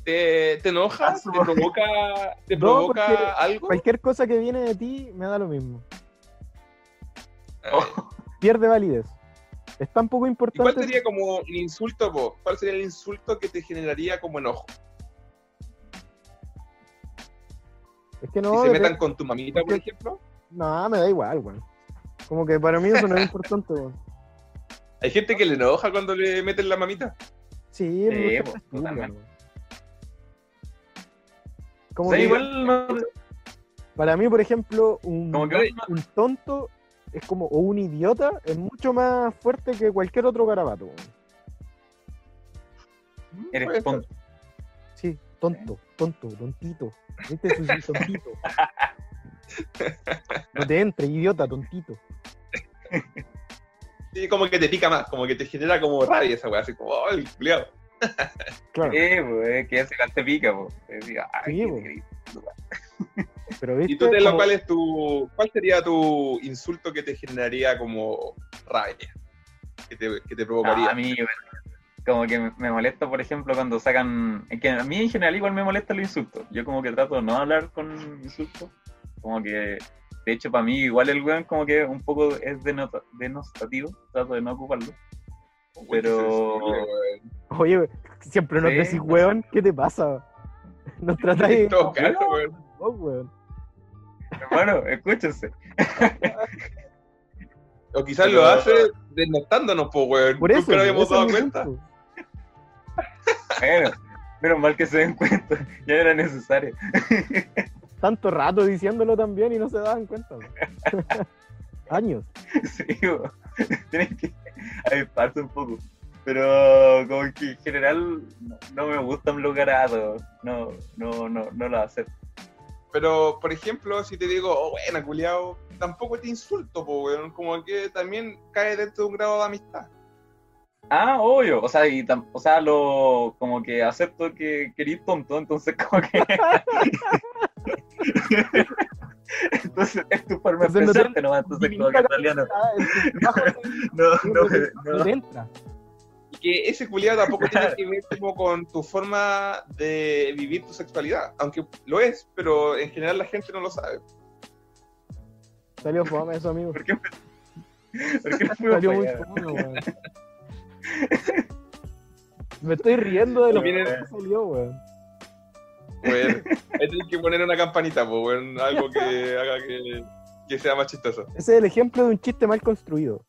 Speaker 3: ¿Te, te enojas?
Speaker 1: Ah,
Speaker 3: ¿Te provoca, te
Speaker 2: No,
Speaker 3: provoca
Speaker 2: porque-
Speaker 3: algo?
Speaker 2: Cualquier cosa que viene de ti me da lo mismo.
Speaker 3: Ay.
Speaker 2: Pierde validez. Es tan poco
Speaker 3: Oh. ¿Y cuál
Speaker 2: importante.
Speaker 3: sería como un insulto, po? ¿Cuál sería el insulto que te generaría como enojo?
Speaker 2: Es que
Speaker 3: Si
Speaker 2: no,
Speaker 3: se
Speaker 2: dep-
Speaker 3: metan con tu mamita, por ejemplo.
Speaker 2: no, me da igual, weón. Como que para mí eso no es importante, weón.
Speaker 3: Hay gente que le enoja cuando le meten la mamita.
Speaker 1: Sí,
Speaker 2: Sí, me
Speaker 1: pues,
Speaker 2: gusta estúpida,
Speaker 1: totalmente.
Speaker 2: weón. Como
Speaker 1: O sea,
Speaker 2: que
Speaker 1: igual no,
Speaker 2: para mí, por ejemplo, un,
Speaker 1: Como que-
Speaker 2: un tonto es como, o un idiota es mucho más fuerte que cualquier otro garabato. weón.
Speaker 1: Eres tonto.
Speaker 2: Sí, tonto, tonto, tontito. ¿Viste? Tú sí, tontito. No te entre, idiota, tontito.
Speaker 3: Sí, como que te pica más, como que te genera como rabia esa weá, así como, ¡oh, el culiao!
Speaker 2: Claro.
Speaker 1: Eh, po, es que hace te pica, po. Es decir, ay, qué
Speaker 2: Sí, pues. po.
Speaker 1: increíble.
Speaker 2: Pero viste.
Speaker 3: ¿Y tú, Telo,
Speaker 2: Este como-
Speaker 3: cuál es tu, cuál sería tu insulto que te generaría como rabia? Que te, que te provocaría.
Speaker 1: No, a mí, bueno, como que me- me molesta, por ejemplo, cuando sacan. Es que a mí en general igual me molesta los insultos. Yo como que trato de no hablar con insultos. Como que, de hecho, para mí igual el weón como que un poco es denota- denostativo. Trato de no ocuparlo.
Speaker 3: Uy, qué
Speaker 1: Pero.
Speaker 3: sensible, weón.
Speaker 2: Oye, siempre nos
Speaker 1: Sí,
Speaker 2: decís,
Speaker 1: no sé.
Speaker 2: weón, ¿qué te pasa? Nos tratáis.
Speaker 3: En todo caso, weón.
Speaker 2: No, weón.
Speaker 1: Hermano, escúchense.
Speaker 3: O quizás
Speaker 1: Pero-
Speaker 3: lo hace denotándonos, po, weón.
Speaker 2: Por eso.
Speaker 3: Nunca lo habíamos
Speaker 2: eso
Speaker 3: dado
Speaker 2: me
Speaker 3: cuenta.
Speaker 2: siento.
Speaker 1: Bueno, menos mal que se den cuenta. Ya era necesario.
Speaker 2: Tanto rato diciéndolo también y no se daban cuenta. weón. Años.
Speaker 1: Sí, bo. tienes que avisparse un poco. Pero como que en general no, no me gustan los garados. No, no, no, no lo acepto.
Speaker 3: Pero, por ejemplo, si te digo, oh, bueno, culiao, tampoco te insulto, po, weón. Como que también cae dentro de un grado de amistad.
Speaker 1: Ah, obvio. O sea, y tam- o sea, lo como que acepto que querís tonto, entonces como que. entonces es tu forma de
Speaker 2: Entonces no te-
Speaker 1: expresarte nomás, entonces como que en realidad no,
Speaker 2: Ah, es que- bajo la-
Speaker 1: no, no, no-
Speaker 2: no te entra.
Speaker 3: Y que ese culiado tampoco tiene que ver como con tu forma de vivir tu sexualidad. Aunque lo es, pero en general la gente no lo sabe.
Speaker 2: Salió fome eso, amigo.
Speaker 1: ¿Por qué, por qué fuimos
Speaker 2: Salió
Speaker 1: para
Speaker 2: muy
Speaker 1: allá?
Speaker 2: fome, weón. Me estoy riendo de lo
Speaker 3: Viene-
Speaker 2: que salió, weón.
Speaker 3: Bueno, ahí tienes que poner una campanita, pues, bueno, algo que haga que, que sea más chistoso.
Speaker 2: Ese es el ejemplo de un chiste mal construido.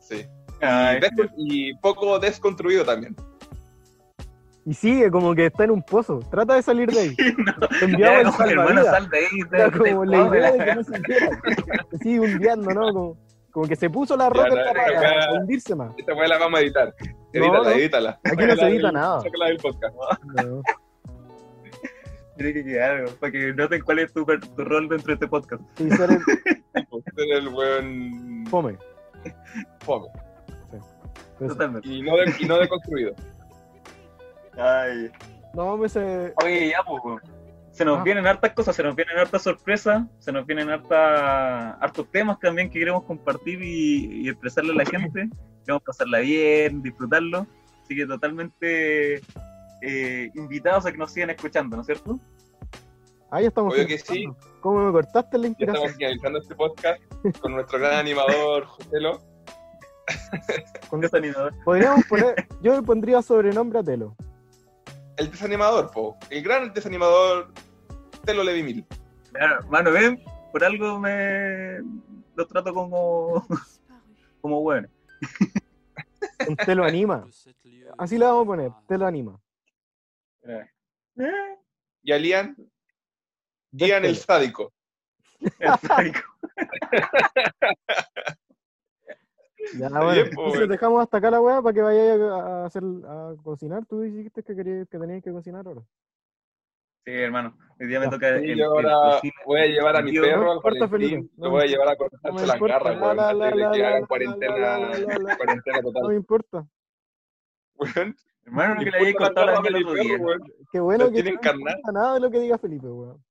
Speaker 3: Sí.
Speaker 1: Ay,
Speaker 3: Y, des- y poco desconstruido también.
Speaker 2: Y sigue como que está en un pozo. Trata de salir de ahí. Te enviamos
Speaker 1: ya, como,
Speaker 2: el
Speaker 1: hermano,
Speaker 2: pues, salvavidas.
Speaker 1: sal de ahí. te-
Speaker 2: Era
Speaker 1: te-
Speaker 2: como la
Speaker 1: come
Speaker 2: idea
Speaker 1: la-
Speaker 2: de que no se hiciera. Que Sigue hundiendo, ¿no? Como, como que se puso la roca en
Speaker 3: no,
Speaker 2: la
Speaker 3: esa
Speaker 2: pared,
Speaker 3: weá-
Speaker 2: a hundirse más.
Speaker 3: Esta weá la vamos a editar. Edítala,
Speaker 2: no.
Speaker 3: edítala.
Speaker 2: Aquí no se
Speaker 3: Sácala
Speaker 2: edita
Speaker 3: del-
Speaker 2: nada.
Speaker 3: Sácala del podcast.
Speaker 2: No.
Speaker 1: Tiene que quedar, weón, para que noten cuál es tu, per- tu rol dentro de este podcast.
Speaker 2: Sí, sale
Speaker 3: Ser el weón
Speaker 2: fome.
Speaker 3: fome.
Speaker 2: Eso.
Speaker 1: Totalmente.
Speaker 3: Y no, de- y no deconstruido.
Speaker 1: Ay.
Speaker 2: No, pues eh,
Speaker 1: Oye, ya, pues, weón. se nos
Speaker 2: Ah.
Speaker 1: vienen hartas cosas, se nos vienen hartas sorpresas, se nos vienen harta, hartos temas también que queremos compartir y, y expresarle a la gente. Queremos pasarla bien, disfrutarlo. Así que totalmente eh, invitados a que nos sigan escuchando, ¿no es cierto?
Speaker 2: ahí estamos.
Speaker 3: Obvio que sí.
Speaker 2: ¿Cómo me cortaste la
Speaker 3: Ya estamos
Speaker 2: inspiración?
Speaker 3: finalizando este podcast con nuestro gran animador, Joselo.
Speaker 2: Con-
Speaker 1: Gracias, animador.
Speaker 2: Podríamos poner, yo le pondría sobrenombre a Telo.
Speaker 3: El desanimador, po. El gran desanimador Telo Levi Mil.
Speaker 1: Claro, Mano, ven, por algo me los trato como, como bueno.
Speaker 2: Un Telo anima. Así le vamos a poner, Telo anima.
Speaker 1: Eh.
Speaker 3: Eh. Y a Lian,
Speaker 2: Del
Speaker 3: Lian el
Speaker 2: Telo.
Speaker 3: sádico.
Speaker 2: Ya,
Speaker 3: Está
Speaker 2: bueno,
Speaker 3: bien, po,
Speaker 2: entonces
Speaker 3: weón.
Speaker 2: dejamos hasta acá la weá para que vayáis a, a hacer, a cocinar. Tú dijiste que, querías, que tenías que cocinar ahora.
Speaker 1: Sí, hermano. Hoy día me
Speaker 2: Ya,
Speaker 1: toca el,
Speaker 3: Y
Speaker 1: el-
Speaker 3: yo ahora
Speaker 1: el-
Speaker 3: voy Ah, a llevar a mi
Speaker 1: Dios,
Speaker 3: perro
Speaker 2: no
Speaker 3: al
Speaker 2: importa,
Speaker 3: Valentín,
Speaker 2: Felipe,
Speaker 3: lo
Speaker 2: no
Speaker 3: voy a
Speaker 2: me
Speaker 3: llevar a
Speaker 2: No me
Speaker 3: cortarse las
Speaker 2: importa,
Speaker 3: garras,
Speaker 2: la,
Speaker 3: weón,
Speaker 2: la,
Speaker 3: antes
Speaker 2: la,
Speaker 3: de que
Speaker 2: la,
Speaker 3: hagan
Speaker 2: la,
Speaker 3: cuarentena,
Speaker 2: la, la, la, la.
Speaker 3: cuarentena
Speaker 2: No
Speaker 3: total.
Speaker 2: me importa.
Speaker 3: Weón,
Speaker 1: Hermano, no que le
Speaker 3: le
Speaker 1: hayas
Speaker 3: importa
Speaker 1: cortado
Speaker 3: las
Speaker 1: la
Speaker 3: garras
Speaker 1: mano el
Speaker 3: de
Speaker 1: otro
Speaker 3: mi
Speaker 1: día.
Speaker 3: perro, weón.
Speaker 2: Qué bueno
Speaker 3: Las
Speaker 2: que
Speaker 3: tiene
Speaker 2: no me
Speaker 3: encarnadas.
Speaker 2: importa nada de lo que diga Felipe, weón.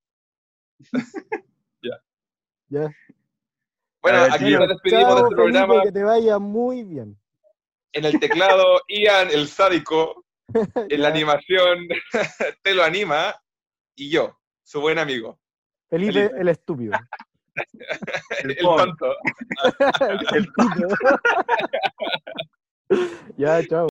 Speaker 3: Ya.
Speaker 2: Ya.
Speaker 3: Bueno,
Speaker 1: A ver,
Speaker 3: aquí
Speaker 1: tío,
Speaker 3: nos despedimos de
Speaker 2: Chao,
Speaker 3: este programa
Speaker 2: Felipe, que te vaya muy bien.
Speaker 3: en el teclado Ian el sádico, en la animación Te lo anima y yo, su buen amigo,
Speaker 2: Felipe,
Speaker 3: Felipe.
Speaker 2: el estúpido.
Speaker 1: El
Speaker 3: el
Speaker 1: pobre.
Speaker 3: tonto.
Speaker 2: El estúpido. ya, chao.